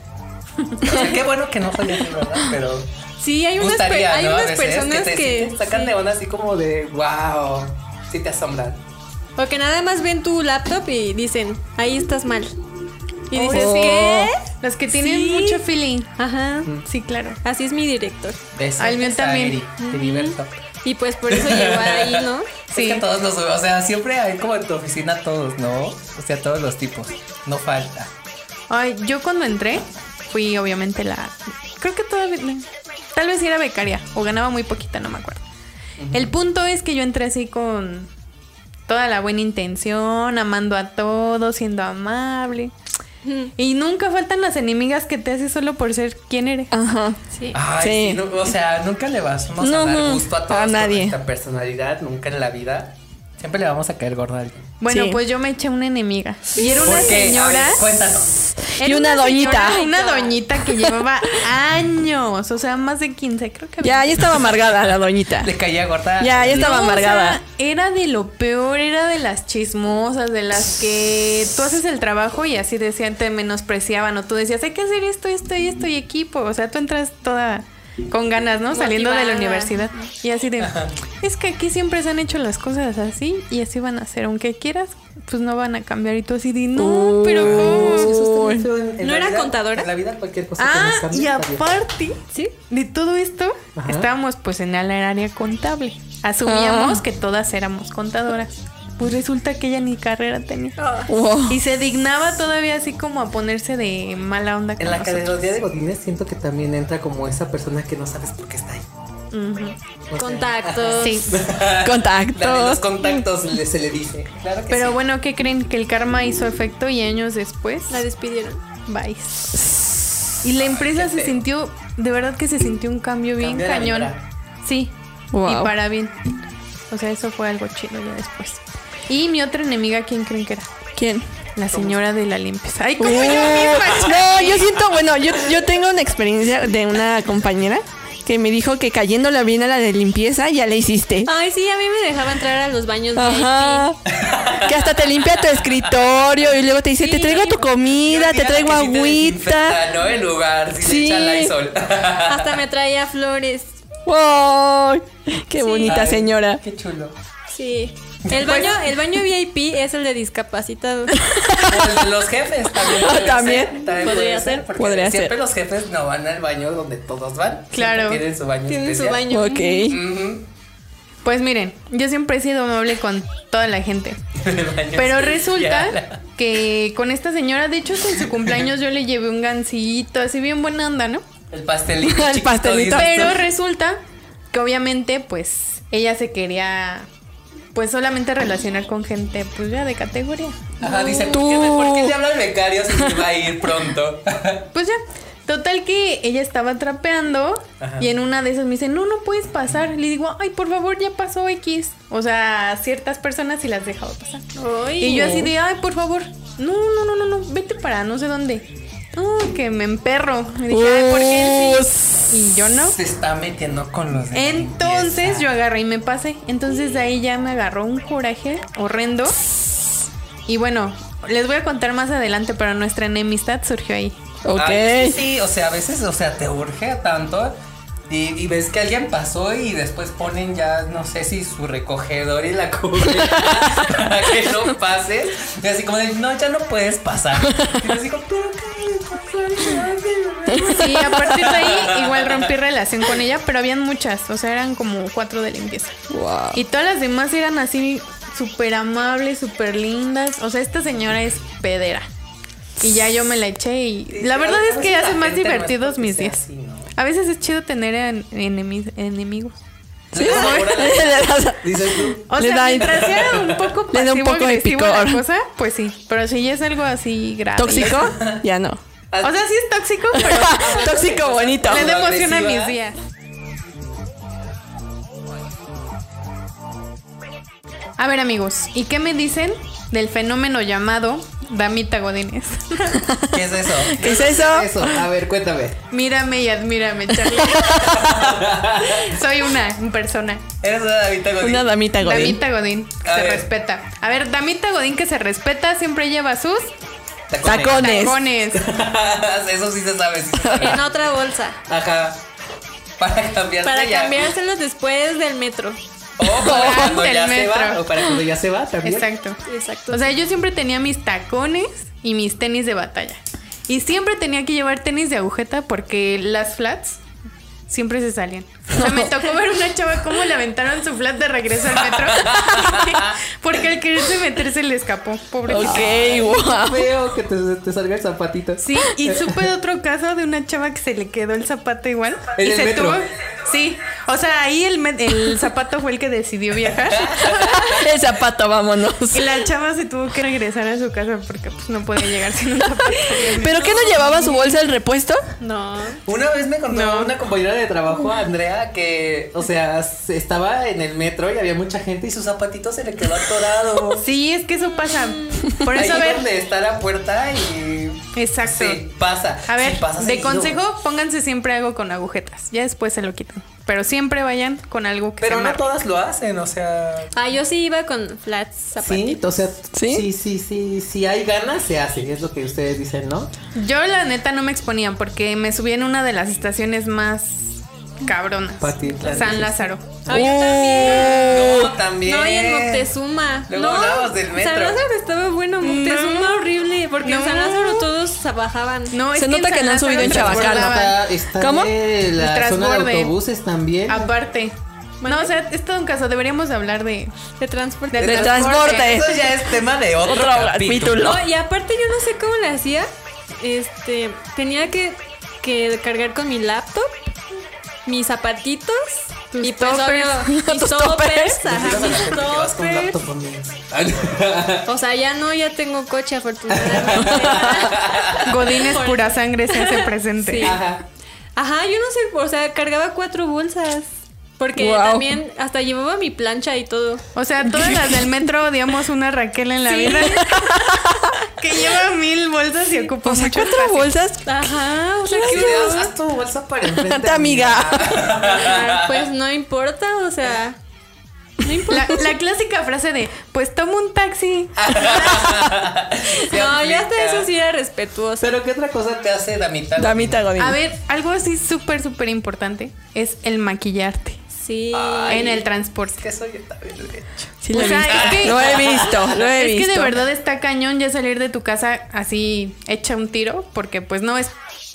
O sea, qué bueno que no soy así, ¿verdad? Pero
Sí, hay unas, per-
gustaría,
hay
¿no? A
unas
veces
personas
te,
que.
sí te sacan de onda así como de, wow, sí te asombran.
O que nada más ven tu laptop y dicen, ahí estás mal. Y dices,
Oh.
¿qué?
Los que tienen
Sí.
mucho feeling.
Ajá.
Sí, claro.
Así es mi director.
Besos,
Al mío
besa,
también.
Eri, Te diverto.
Y pues por eso llegó ahí, ¿no?
Sí.
Sí.
que todos los, o sea, siempre hay como en tu oficina todos, ¿no? O sea, todos los tipos. No falta.
Ay, yo cuando entré, fui obviamente la. Creo que todavía. Tal vez sí era becaria o ganaba muy poquita, no me acuerdo. El punto es que yo entré así con toda la buena intención, amando a todos, siendo amable. Y nunca faltan las enemigas que te haces solo por ser quien eres.
Ajá.
Sí.
Ay,
Sí.
sí, no, o sea, nunca le vas vamos
No,
a
no,
dar gusto a todos
a
con
nadie.
nuestra personalidad, nunca en la vida. Siempre le vamos a caer gordo a alguien.
Bueno,
Sí.
pues yo me eché una enemiga. Y era una
¿Por qué? A
señora.
ver, cuéntanos.
Y
Era
una doñita.
Era
señora,
una doñita que llevaba años, o sea, más de 15, creo que
Ya, ya estaba amargada la doñita.
Le caía gorda.
Ya, ya estaba
No, o
amargada.
sea, era de lo peor, era de las chismosas, de las que tú haces el trabajo y así decían, te menospreciaban o tú decías, hay que hacer esto, esto y esto y equipo. O sea, tú entras toda con ganas, ¿no? Saliendo de la
Motivada.
universidad. Y así de, es que aquí siempre se han hecho las cosas así y así van a ser. Aunque quieras, pues no van a cambiar. Y tú así de, no,
Uy.
pero
Sí,
¿cómo?
eso está muy feo en- en
¿No
la
era
vida-
contadora?
En la vida cualquier cosa
Ah,
que nos cambie
y
está bien.
aparte
Sí.
de todo esto,
Ajá.
estábamos pues en el área contable. Asumíamos
Ah.
que todas éramos contadoras. Pues resulta que ella ni carrera tenía.
Ah.
Wow.
Y se dignaba todavía así como a ponerse de mala onda con
En la
nosotros.
categoría de Godines siento que también entra como esa persona que no sabes por qué está ahí. O sea,
Contactos.
Sí.
Dale los
Contactos.
contactos, le- se le dice. Claro que
Pero
sí.
bueno, ¿qué creen? Que el karma hizo efecto y años después,
La despidieron.
bye. Y la empresa
qué
se
feo.
sintió, de verdad que se sintió un cambio bien
Cambió la
cañón.
vibra.
Sí,
Wow.
Y para bien. O sea, eso fue algo chido ya después. Y mi otra enemiga, ¿quién creen que era?
¿Quién?
La señora de la limpieza. Ay, como
Uh,
yo misma.
no, yo siento, bueno, yo, yo tengo una experiencia de una compañera que me dijo que cayéndole bien a la de limpieza ya le hiciste.
Ay, sí, a mí me dejaba entrar a los baños de Ah,
Ajá. Que hasta te limpia tu escritorio y luego te dice, te traigo tu comida, te
Olvídate
traigo
que sí te
agüita.
desinfecta, ¿no? El lugar, si
Sí.
le echa Lysol.
Hasta me traía flores.
¡Wow! ¡Qué
Sí.
bonita
Ay,
señora!
Qué chulo.
Sí. El baño, el baño VIP es el de discapacitados.
O el de los jefes también. puede ser,
También.
también
Podría
podría
ser.
ser. porque
Podría
siempre
ser.
los jefes no van al baño donde todos van. Siempre
Claro.
Tienen su baño.
Tienen su
especial.
baño.
Ok.
Ujú.
Pues miren, yo siempre he sido amable con toda la gente.
El baño
Pero
especial.
resulta que con esta señora, de hecho, en su cumpleaños yo le llevé un gancito, así bien buena onda, ¿no?
El pastelito.
El
chiquito,
pastelito.
dices,
Pero resulta que obviamente, pues, ella se quería, pues, solamente relacionar con gente, pues, ya de categoría.
Ajá, dice,
Tú.
¿por qué, ¿por qué le habla al becario si va a ir pronto?
Pues ya, total que ella estaba trapeando
Ajá.
y en una de esas me dice, no, no puedes pasar. Le digo, ay, por favor, ya pasó X. O sea, ciertas personas sí las dejaba pasar.
Ay.
Y yo así de, ay, por favor, no, no, no, no, no, vete para no sé dónde. Uh, que me emperro. Me dije, "Ay, ¿por qué él sí? Y yo no.
Se está metiendo con los de
Entonces
limpieza.
yo agarré y me pasé. Entonces de ahí ya me agarró un coraje horrendo. Y bueno, les voy a contar más adelante, pero nuestra enemistad surgió ahí.
Ok.
Ay, es que sí, o sea, a veces, o sea, te urge tanto y, y ves que alguien pasó y después ponen ya, no sé si su recogedor y la cubeta para que no pases. Y así como de, no, ya no puedes pasar. Y así como, pero ¿qué?
Sí, a partir de ahí igual rompí relación con ella, pero habían muchas, o sea, eran como cuatro de limpieza.
Wow.
Y todas las demás eran así súper amables, súper lindas. O sea, esta señora es pedera. Y ya yo me la eché y la verdad es
pues,
que hace más divertidos mis días. A veces es chido tener en- enemi- enemigos.
Sí, ¿no?
Dices tú,
O
Le
sea,
da-
mientras sea un poco
le da un poco de
pasivo-agresivo la
picor.
cosa, pues sí. Pero si ya es algo así grave.
¿Tóxico? Ya no.
O sea, sí es tóxico, pero
Tóxico bonito.
le da emoción a
Agresiva.
mis días. A ver, amigos, ¿y qué me dicen del fenómeno llamado Damita Godínez?
¿Qué es eso?
¿Qué es eso?
Eso, a ver, cuéntame.
Mírame y admírame, Charlie. Soy una persona.
Eres una damita Godín.
Una damita godín.
Damita Godín, que
A
se
ver.
respeta. A ver, Damita Godín que se respeta, siempre lleva sus
Tacón. Tacones.
tacones.
eso sí se sabe, sí se sabe.
En otra bolsa.
Ajá. Para cambiarse
Para
ya.
cambiárselos después del metro.
O para cuando
Durante
ya
el
se va.
metro.
O para cuando ya se va también.
Exacto.
Exacto.
O sea, yo siempre tenía mis tacones y mis tenis de batalla. Y siempre tenía que llevar tenis de agujeta porque las flats siempre se salían. O sea, me tocó ver una chava cómo le aventaron su flat de regreso al metro. porque al quererse meter se le escapó, pobre.
Ok, wow.
Veo que te, te salga el zapatito.
Sí, y supe de otro caso de una chava que se le quedó el zapato igual.
En
y
el
se
metro.
tuvo. Sí, o sea, ahí el, me- el zapato fue el que decidió viajar.
El zapato, vámonos.
Y la chava se tuvo que regresar a su casa porque pues no podía llegar sin un zapato.
¿Pero qué no llevaba su bolsa el repuesto?
No.
Una vez me contó
No.
una compañera de trabajo, Andrea, que, o sea, se- estaba en el metro y había mucha gente y su zapatito se le quedó atorado.
Sí, es que eso pasa. Por eso, a
Ahí
ver.
donde está la puerta y.
Exacto.
Sí, pasa.
A ver,
Sí, pasa
de
seguido.
consejo, pónganse siempre algo con agujetas. Ya después se lo quitan. Pero siempre vayan con algo que
Pero
se
no
amarre.
todas lo hacen, o sea.
Ah, yo sí iba con flats zapatitos.
Sí, o sea,
¿Sí?
sí, sí, sí, si hay ganas se hace, es lo que ustedes dicen, ¿no?
Yo la neta no me exponía porque me subí en una de las estaciones más cabronas.
Pati, claro.
San Lázaro.
Ah, yo también.
No, también.
Eh, No, y en Moctezuma.
Luego
no,
hablábamos del metro.
San Lázaro estaba bueno, Moctezuma horrible. Porque en
No.
San Lázaro todos bajaban.
No,
Se
es
nota
en
que
San
no han
Lázaro
subido en Chabacano.
transbordaban.
Está, está
¿Cómo?
de la
El
zona de
transborde.
autobuses también.
Aparte. No, o sea, es todo un caso. Deberíamos de hablar de.
De transporte.
De
De
transporte.
transporte.
Eso ya es tema de otro,
Otro
capítulo.
capítulo.
No, y aparte yo no sé cómo le hacía. Este, tenía que, que cargar con mi laptop, mis zapatitos
Tus
y pues
toppers.
obvio, mis
Tus
toppers,
toppers.
Dígame
ajá,
a la
mis
gente que vas con
toppers.
laptop, amigos.
O sea, ya no, ya tengo coche afortunadamente.
Godín es
Por-
pura sangre, se hace presente.
Sí.
Ajá.
Ajá, yo no sé, o sea, cargaba cuatro bolsas. Porque
Wow.
también hasta llevaba mi plancha y todo.
O sea, todas las del metro odiamos una Raquel en la
Sí.
vida. que lleva mil bolsas y ocupa
O sea,
mucho
cuatro
espacio.
bolsas.
Ajá, o sea,
Sí,
qué
haz-
horror.
haz tu bolsa para enfrente.
Te amiga.
Pues no importa, o sea. No importa.
La, la clásica frase de, pues toma un taxi.
Se
no, ya hasta
aplica.
eso sí era respetuoso.
Pero ¿qué otra cosa te hace damita?
Damita godín.
A ver, algo así súper, súper importante es el maquillarte
Sí.
en el
Es
transporte.
que eso yo también lo he hecho.
Sí lo
o
he
sea,
visto.
es que-
Lo he visto, lo he
es
visto.
que de verdad está cañón ya salir de tu casa así hecha un tiro, porque pues no es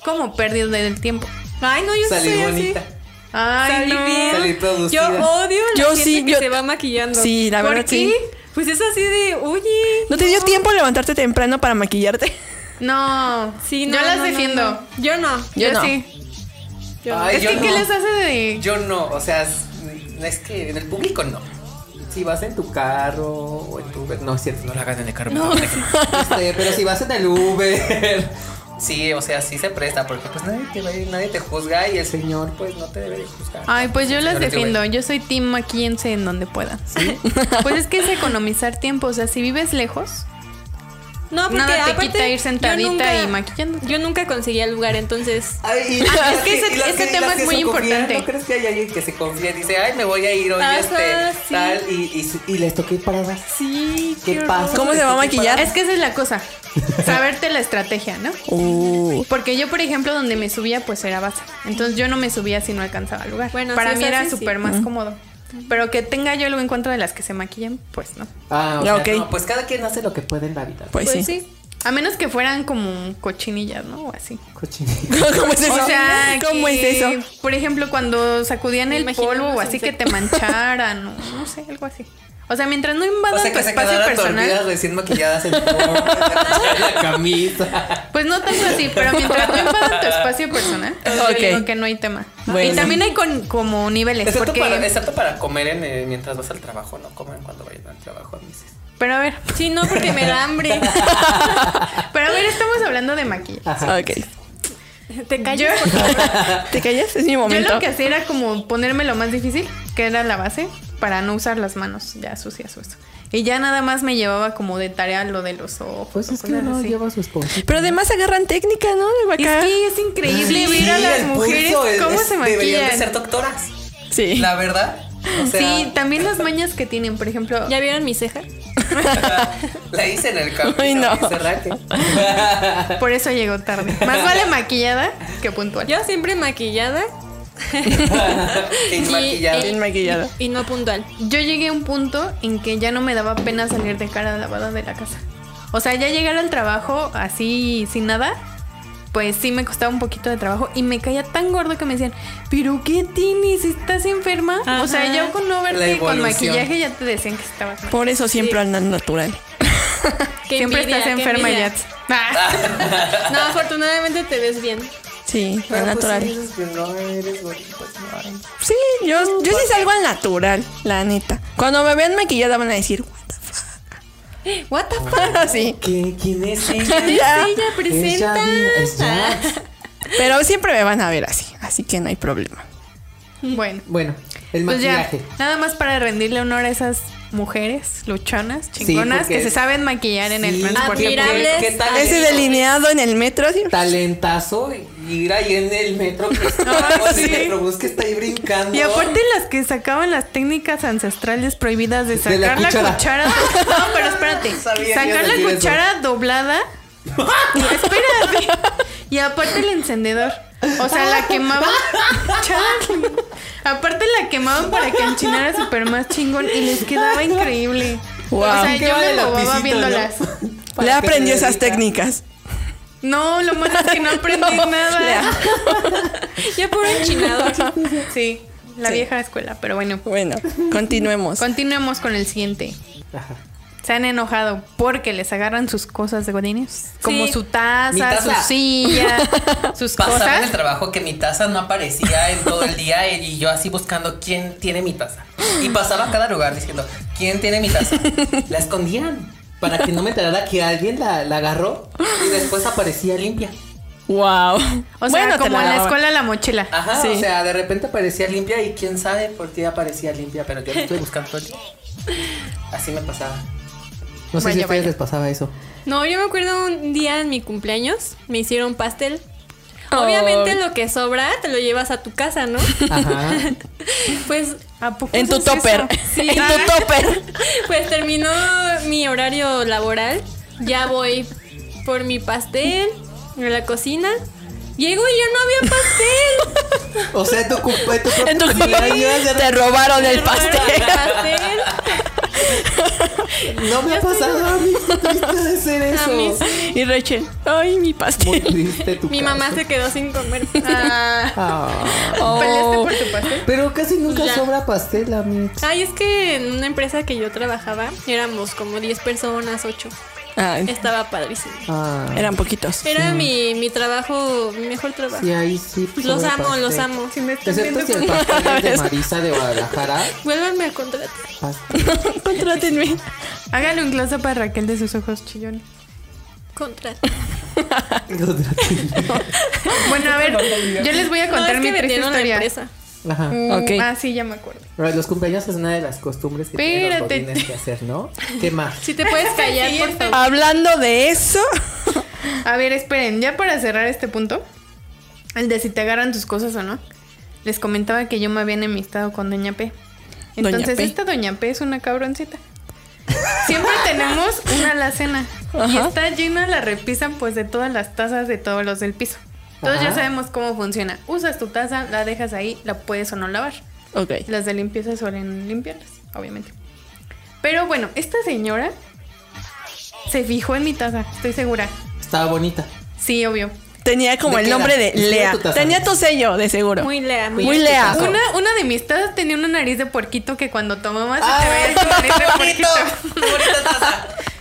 como pérdida del tiempo.
Ay, no, yo sí
Salir
soy así.
bonita.
Ay,
Salí
no.
bien.
Salí
Yo
producida.
odio a la
Yo
gente
sí,
que
yo-
se va maquillando.
Sí, la
¿Por
verdad
qué?
sí.
Pues es así de, oye.
¿No te dio tiempo levantarte temprano para maquillarte?
No,
Sí, no,
yo las
no, no,
defiendo.
no. Yo no.
Yo no.
sí.
Yo no.
Ay,
es
yo
que, ¿qué
no.
les hace de...?
Yo no, o sea, es, es que en el público no. Si vas en tu carro o en tu Uber, no es cierto, no la hagan en el carro. por favor. Este, pero si vas en el Uber, sí, o sea, sí se presta, porque pues nadie te, va a ir, nadie te juzga y el señor pues no te debe de juzgar.
Ay, pues yo
El
las
señor es
defiendo. Yo soy team maquillense en donde pueda. Pues es que es economizar tiempo. O sea, si vives lejos,
No, porque
Nada te
aparte,
quita ir
yo
sentadita
nunca-
y maquillándote.
Yo nunca conseguía lugar, entonces.
Ay, y
Ah,
las
es que ese-
y las
ese tema
las
es
que
muy
se confían,
importante.
¿No crees que hay alguien que se confía y dice, ay, me voy a ir hoy
Ajá,
este,
sí.
tal, y, y, su- y les toqué paradas?
Sí,
¿Qué
horror.
pasa?
¿Cómo se va a maquillar?
Es que esa es la cosa. Saberte la estrategia, ¿no?
Uh,
Porque yo, por ejemplo, donde me subía, pues era base. Entonces yo no me subía si no alcanzaba lugar.
Bueno,
Para
sí,
mí
eso
era
sí, sí.
súper más cómodo. Pero que tenga yo algo en contra de las que se maquillan, pues no.
Ah, o
Ya,
sea,
ok.
no, pues cada quien hace lo que puede en la vida.
pues,
Pues
sí.
sí.
A menos que fueran como cochinillas, ¿no? O así.
Cochinilla.
¿Cómo es eso?
O sea,
¿Cómo
que,
es eso?
Por ejemplo, cuando sacudían
Me
el
imagino
polvo o
unos
así que te
insectos.
mancharan o no sé, algo así. O sea, mientras no invadan
O sea,
tu
que se
espacio
quedaron dormidas
personal,
recién maquilladas en la camisa.
pues no tanto así, pero mientras no invadan tu espacio personal,
Ok.
yo digo que no hay tema.
Bueno.
Y también hay con, como niveles,
Excepto,
porque
para, excepto para comer en, eh, mientras vas al trabajo, no comen cuando vayan al trabajo. dices.
pero a ver,
Sí, no, porque me da hambre.
pero a ver, estamos hablando de maquillaje.
Ok.
Te
Yo,
callas.
¿Te callas? Es mi
yo
momento.
lo que hacía era como ponerme lo más difícil, que era la base, para no usar las manos ya sucias o eso. Y ya nada más me llevaba como de tarea lo de los ojos.
Pues
o cosas así.
su esponjita.
Pero además agarran técnica, ¿no? De
Es
vaca.
que es increíble ver a las mujeres cómo se
Deberían de
maquillan.
ser doctoras,
Sí.
la verdad. O sea,
sí, también las mañas que tienen, por ejemplo.
¿Ya vieron mi ceja?
la hice en el camino.
Ay, no.
dice Raquel.
Por eso llegó tarde. Más vale maquillada que puntual.
Yo siempre maquillada
Sin maquillar.
Bien maquillada.
y no puntual.
Yo llegué a un punto en que ya no me daba pena salir de cara lavada de la casa. O sea, ya llegar al trabajo así sin nada, pues sí me costaba un poquito de trabajo y me caía tan gordo que me decían, pero ¿qué tienes? ¿Estás enferma? O sea,
Ajá.
ya con no
La
verte con
evolución.
maquillaje ya te decían que estabas mal.
Por eso siempre andan natural.
Qué
Siempre
envidia,
estás
qué
enferma,
envidia.
Yats. Ah.
No, afortunadamente te ves bien.
Ah,
Sí,
Pero
al
pues
natural.
sí, dices que no eres bonita, pues, no, ay.
Sí, yo, yo sí salgo al natural, la neta. Cuando me vean maquillada van a decir, what the
What the fuck?
fuck?" así.
¿Qué- ¿Quién es ella?
Ya.
Sí, ya
Es
presenta.
Yadi, es Yadi.
Pero siempre me van a ver así, así que no hay problema.
Bueno.
Bueno, el
Pues ya,
maquillaje.
nada más para rendirle honor a esas mujeres luchonas, chingonas,
porque-
que se saben maquillar en el
Sí,
Ah,
transporte
porque-
público.
Admirables.
¿qué tal
Ese
eso?
delineado en el metro, así,
talentazo y ir ahí en el metro que
Ah,
o sea, el
sí.
metrobús que está ahí brincando.
Y aparte las que sacaban las técnicas ancestrales prohibidas de
De
sacar la
la
cuchara.
cuchara.
No, pero espérate.
No sabía yo
sacar la
decir eso.
cuchara doblada. Espérate. Y aparte el encendedor. O sea, la quemaban. Chale. Aparte la quemaban para que enchinara súper más chingón y les quedaba increíble.
Wow.
O sea,
Que
yo
va de
me
lapicito,
bobaba
¿no?
viéndolas.
le
Para que
aprendí
se
esas
dedica.
técnicas.
No, lo malo es que no aprendí nada.
Ya por enchinador.
Sí, la
Sí.
vieja escuela, pero bueno.
Bueno, continuemos.
Continuemos con el siguiente.
Ajá.
Se han enojado porque les agarran sus cosas de godines. Como
Sí.
su
Mi
taza,
taza.
su silla, sus
Pasaba en el
cosas.
trabajo que mi taza no aparecía en todo el día y yo así buscando quién tiene mi taza. Y pasaba a cada lugar diciendo, ¿quién tiene mi taza? La escondían para que no me enterara que alguien la, la agarró y después aparecía limpia.
Wow.
O sea,
Bueno, te
como en la
daban.
escuela la mochila.
Ajá, o
Sí.
sea, de repente aparecía limpia y quién sabe por qué aparecía limpia, pero yo la estoy buscando todo el día. Así me pasaba. No sé
Vaya,
si a ustedes
vaya.
les pasaba eso.
No, yo me acuerdo un día en mi cumpleaños, me hicieron pastel.
Ay.
Obviamente lo que sobra te lo llevas a tu casa, ¿no?
Ajá.
Pues,
¿A poco
En tu
haces eso?
topper.
Sí.
En tu topper.
pues terminó mi horario laboral. Ya voy por mi pastel a la cocina. Llego y yo no había pastel.
O sea, en tu, cum- en tu
En tu
propio cumpleaños, de
te robaron el pastel.
pastel.
No me ha pasado a mí, qué triste de ser
A
eso.
mí
Y Rachel, ay, mi
Muy
pastel.
triste tu
Mi
caso.
mamá se quedó sin comer.
Ah,
Ah,
¿Peleaste
Oh.
por tu pastel?
pero casi nunca
Pues Ya.
sobra pastel, amigos.
Ay, es que en una empresa que yo trabajaba éramos como 10 personas, 8.
Ay,
Estaba padrísimo.
Ah,
eran poquitos.
Era mi, mi trabajo, mi mejor trabajo.
sí, ahí sí.
Los
sobra
amo,
pastel.
los amo.
Si me están
Excepto
viendo
si el
con-
pastel es de Marisa de Guadalajara.
Vuélvanme a contratar.
pastel.
Contrátenme.
Hágale un close para Raquel de sus ojos chillones.
Contratar.
Bueno, a ver, yo les voy a
No,
contar
es que
mi triste
vendieron la
historia.
empresa.
Ajá.
Mm,
Ok.
Ah, sí, ya me acuerdo.
Pero los cumpleaños es una de las costumbres que tienen los
Espérate.
godines que hacer, ¿no? ¿Qué más?
Si te puedes callar, por favor.
Hablando de eso,
A ver, esperen, ya para cerrar este punto, el de si te agarran tus cosas o no, les comentaba que yo me había enemistado con Doña P.
Doña
Entonces,
P.
esta Doña P es una cabroncita. Siempre tenemos una alacena y
Ajá.
está llena la repisa pues de todas las tazas de todos los del piso. Entonces ya
Ajá.
sabemos cómo funciona. Usas tu taza, la dejas ahí, la puedes o no lavar.
ok,
Las de limpieza suelen limpiarlas, obviamente. Pero bueno, esta señora se fijó en mi taza, estoy segura.
Estaba bonita.
Sí, obvio.
tenía como
¿De
el
qué
nombre
era?
de
¿De qué era
Lea.
tu taza?
Tenía tu sello, de seguro.
Muy lea, muy
Muy
Cuida tu
lea.
taza.
Una, una de mis tazas tenía una nariz de puerquito que cuando tomabas
Ah,
se te veía tu nariz de puerquito.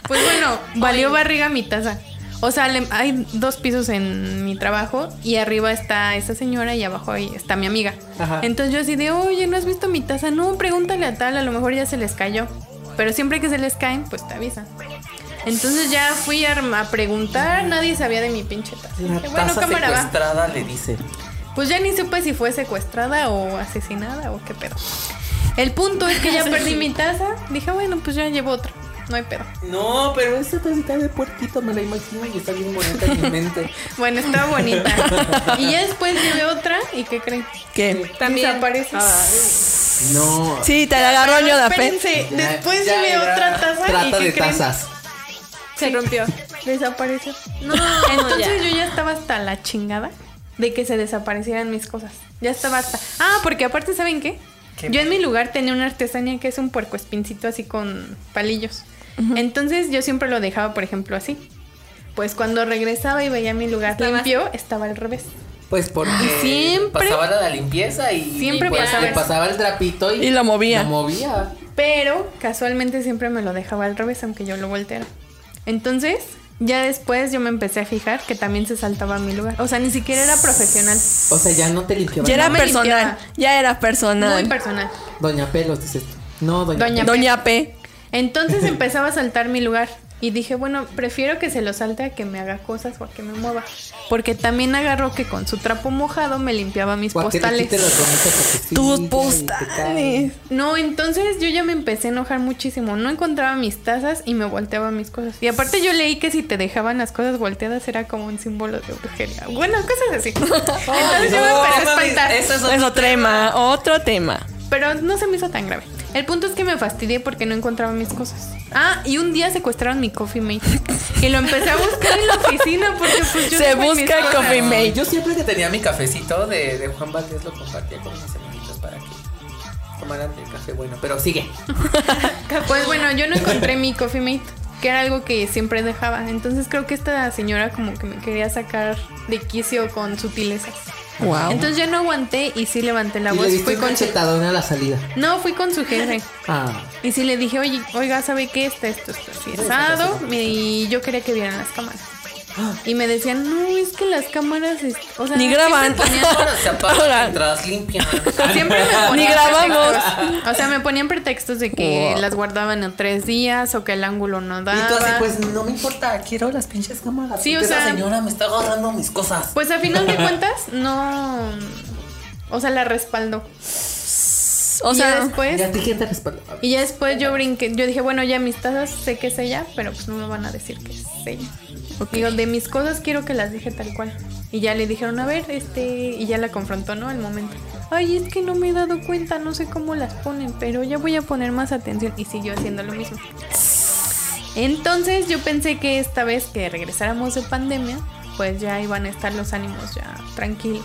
Pues bueno, valió barriga mi taza. O sea, le- hay dos pisos en mi trabajo y arriba está esa señora y abajo ahí está mi amiga.
Ajá.
Entonces yo así de, oye, ¿no has visto mi taza? No, pregúntale a tal, a lo mejor ya se les cayó. Pero siempre que se les caen, pues te avisan. Entonces ya fui a, a preguntar, nadie sabía de mi pinche taza.
La
Dije, bueno,
taza
cámara va.
secuestrada le dice.
Pues ya ni supe si fue secuestrada o asesinada o qué pedo. El punto es que ya perdí mi taza. Dije, bueno, pues ya llevo otra. No hay pedo.
No, pero esa tacita de puerquito me la imagino y está bien bonita en mi mente.
Bueno, estaba bonita. Y ya después llevé otra. ¿Y qué creen?
¿Qué?
También. Ah,
Desaparece.
No.
Sí, te la agarró
Pero
yo la pe.
espérense,
Ya,
después
ya
llevé
era
otra taza. ¿Y
Trata
qué
de
creen?
tazas.
Se rompió.
Desapareció.
No,
Entonces
ya.
yo ya estaba hasta la chingada de que se desaparecieran mis cosas. Ya estaba hasta. Ah, porque aparte, ¿saben qué?
¿Qué?
yo en mi lugar tenía una artesanía que es un puerco espincito así con palillos. Entonces yo siempre lo dejaba, por ejemplo, así. Pues cuando regresaba y veía mi lugar
Estabas-
limpio, estaba al revés.
Pues porque
Siempre-
pasaba la limpieza y
Siempre
y pues,
pasaba
le
eso.
pasaba el trapito y,
Y lo movía.
Lo movía.
Pero casualmente siempre me lo dejaba al revés, aunque yo lo volteara. Entonces, ya después yo me empecé a fijar que también se saltaba a mi lugar. O sea, ni siquiera era profesional.
O sea, ya no te limpiaba.
Ya era
me
personal,
limpiaba.
ya era personal.
Muy personal.
Doña Pelos, dices tú. No, Doña,
Doña
Pelos.
Doña P.
Entonces empezaba a saltar mi lugar y dije, bueno, prefiero que se lo salte a que me haga cosas o a que me mueva. Porque también agarró que con su trapo mojado me limpiaba mis
O a que te
postales.
quite los gomitos a que sí,
Tus
ya, y te
postales.
caen.
No, entonces yo ya me empecé a enojar muchísimo. No encontraba mis tazas y me volteaba mis cosas. Y aparte yo leí que si te dejaban las cosas volteadas era como un símbolo de brujería. Bueno, cosas así. Entonces yo me
no,
empecé a
mames,
espantar.
eso es
Es otro tema, otro tema.
Pero no se me hizo tan grave. El punto es que me fastidié porque no encontraba mis cosas. Ah, y un día secuestraron mi coffee mate. Y lo empecé a buscar en la oficina porque pues yo
Se
tengo mis
busca
cosas.
coffee mate.
Yo siempre que tenía mi cafecito de, de Juan Valdés lo compartía con mis amiguitos para que tomaran el café bueno. Pero sigue.
Pues bueno, yo no encontré mi coffee mate, que era algo que siempre dejaba. Entonces creo que esta señora como que me quería sacar de quicio con sutilezas.
Wow.
Entonces ya no aguanté y sí levanté la
Ah, y
voz.
le diste
Fui
un
con su-
cachetadón a la salida.
No, fui con su jefe.
Ah.
Y sí le dije, oye, oiga, ¿sabe qué? Este, Está esto, esto, así asado. Y yo quería que vieran las cámaras. Y me decían, no, es que las cámaras, es- o sea,
Ni graban.
siempre ponían-
Se apaga
Ahora.
mientras limpian.
Siempre me ponían
Ni grabamos.
pretextos. O sea, me ponían pretextos de que las guardaban en tres días o que el ángulo no daba.
Y tú así, pues no me importa, quiero las pinches cámaras.
Sí, o
porque esa
sea-
señora me está agarrando mis cosas.
Pues a final de cuentas, no. O sea, la respaldo.
O
y
sea,
ya después.
Ya te gente respalda.
pues, Y ya después yo brinqué. Yo dije, bueno, ya mis tazas sé que es ella, pero pues no me van a decir que es ella. Digo, de mis cosas quiero que las deje tal cual. Y ya le dijeron, a ver, este. Y ya la confrontó, ¿no? Al momento. Ay, es que no me he dado cuenta, no sé cómo las ponen, pero ya voy a poner más atención. Y siguió haciendo lo mismo. Entonces yo pensé que esta vez que regresáramos de pandemia, pues ya iban a estar los ánimos ya tranquilos.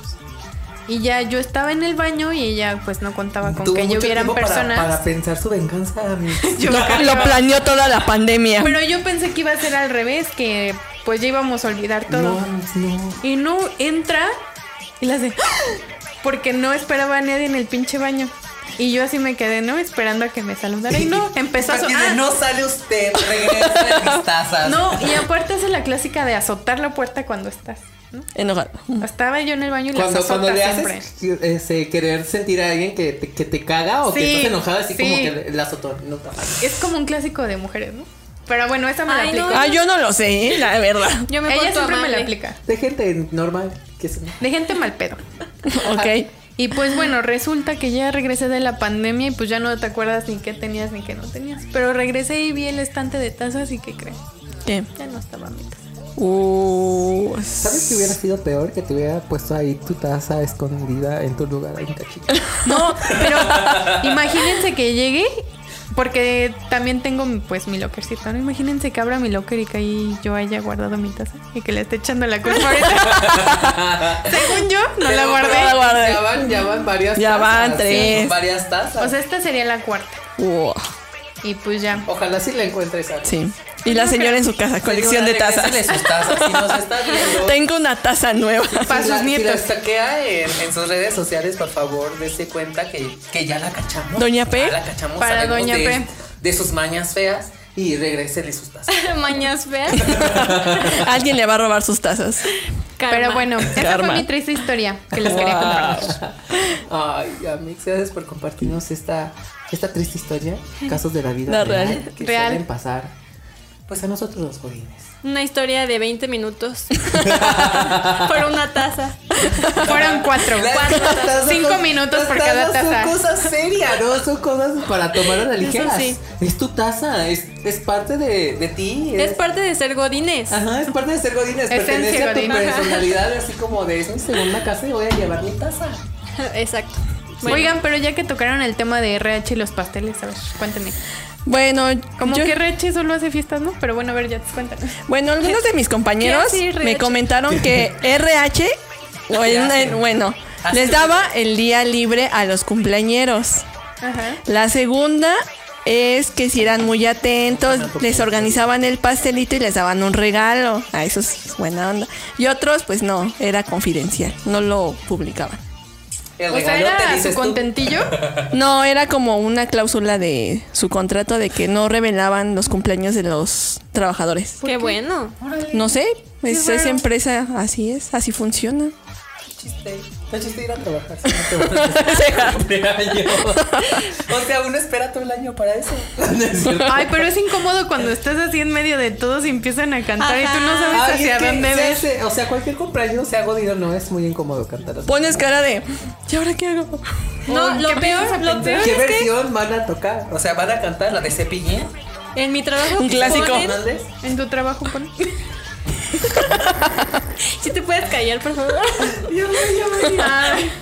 Y ya yo estaba en el baño y ella pues no contaba con
Tuvo
que
mucho
yo vieran
tiempo para-
personas.
Para, pensar su venganza, amigos.
Yo
lo,
creo.
lo planeó toda la pandemia.
Pero yo pensé que iba a ser al revés, que pues ya íbamos a olvidar todo.
No, no.
Y no entra y las de ¡Ah! porque no esperaba a nadie en el pinche baño. Y yo así me quedé, ¿no? Esperando a que me saludara. Y no, empezó a
Así de,
sonar.
No sale usted, regrese mis tazas.
No, y aparte hace la clásica de azotar la puerta cuando estás. ¿no?
Enojado.
Estaba yo en el baño y las
Mm. Cuando,
azota
cuando le
siempre.
haces ese, querer sentir a alguien que te, que te caga o
Sí,
que estás enojada, así como
sí.
que le- la azotó. No, está mal.
Es como un clásico de mujeres, ¿no? Pero bueno, esa me la
Ay,
aplico.
no.
Ah, yo no lo sé, ¿eh? la verdad.
Yo me
Ella
porto
siempre me la
amable.
aplica.
de gente normal. Que se...
De gente mal pedo.
Ok.
Y pues bueno, resulta que ya regresé de la pandemia y pues ya no te acuerdas ni qué tenías ni qué no tenías. Pero regresé y vi el estante de tazas y ¿qué crees?
¿Qué?
Ya no estaba mi taza.
Uh,
¿Sabes que hubiera sido peor que te hubiera puesto ahí tu taza escondida en tu lugar ahí, cachito?
No, pero imagínense que llegue, porque también tengo pues mi lockercito, ¿no? Imagínense que abra mi locker y que ahí yo haya guardado mi taza y que le esté echando la culpa ahorita. Según yo, no la
la
guardé.
guardé.
Ya van, ya van varias
Ya van
tazas,
tres.
sí, varias tazas.
O sea, esta sería la cuarta.
uh,
Y pues ya.
Ojalá sí la encuentres a
sí. Y la señora en su casa, colección de tazas.
sus tazas. Si nos está viendo.
Tengo una taza nueva.
Para
si
sus
la- si
nietos.
la saquea en, en sus redes sociales, por favor, dése cuenta que, que ya la cachamos.
Doña P.
Ya la cachamos.
Para
sabemos
Doña
de,
P.
De sus mañas feas y regrésele sus tazas.
Mañas feas.
Alguien le va a robar sus tazas.
Pero bueno, esa fue
Karma.
mi triste historia que les quería compartir.
Ay, Amix, gracias por compartirnos esta, esta triste historia, casos de la vida
La
real,
real.
que
Real.
suelen pasar pues a nosotros los jóvenes.
Una historia de 20 minutos. Por una taza.
Fueron cuatro.
Las
Cuatro.
tazas
Cinco
son-
minutos
las
por cada
tazas
taza.
Son cosas serias, ¿no? Son cosas para tomar a la ligera.
sí.
Es tu taza, es, es parte de, de ti.
Es parte de ser godines.
Ajá, es parte de ser Godines,
Esencia
pertenece a tu
Godín.
personalidad, así como de es mi segunda casa y voy a llevar mi taza.
Exacto.
Oigan, pero ya que tocaron el tema de RH y los pasteles, a ver, cuéntenme.
Bueno,
Como
yo-
que RH solo hace fiestas, ¿no? Pero bueno, a ver, ya te cuentan.
bueno, algunos de mis compañeros
¿Qué hace RH?
me comentaron que RH, o en- en- bueno, les daba el día libre a los cumpleañeros.
Ajá.
La segunda es que si eran muy atentos, les organizaban el pastelito y les daban un regalo. Ah, eso es buena onda. Y otros, pues no, era confidencial, no lo publicaban.
El
O sea,
regalo te
era
dices
su
tú.
contentillo.
No, era como una cláusula de su contrato de que no revelaban los cumpleaños de los trabajadores.
Qué bueno.
No sé, es, es empresa, así es, así funciona.
No chiste ir a trabajar. si no te vas.
cumpleaños. O sea, uno espera todo el año para eso.
Ay, pero es incómodo cuando estás así en medio de todos y empiezan a cantar y tú no sabes
Ay,
hacia
es que
dónde
se
ves.
hace- o sea, cualquier cumpleaños sea Godino, no es muy incómodo cantar así.
Pones cara de, ¿y ahora qué hago?
No,
¿Qué
lo
piensas
peor, lo
aprender?
peor
¿Qué
es que
versión van a tocar?
O sea, van a cantar la de Cepillín.
en mi trabajo.
Un clásico.
ponen-
Hernández.
En tu trabajo, pon.
Si te puedes callar, por favor. Ay.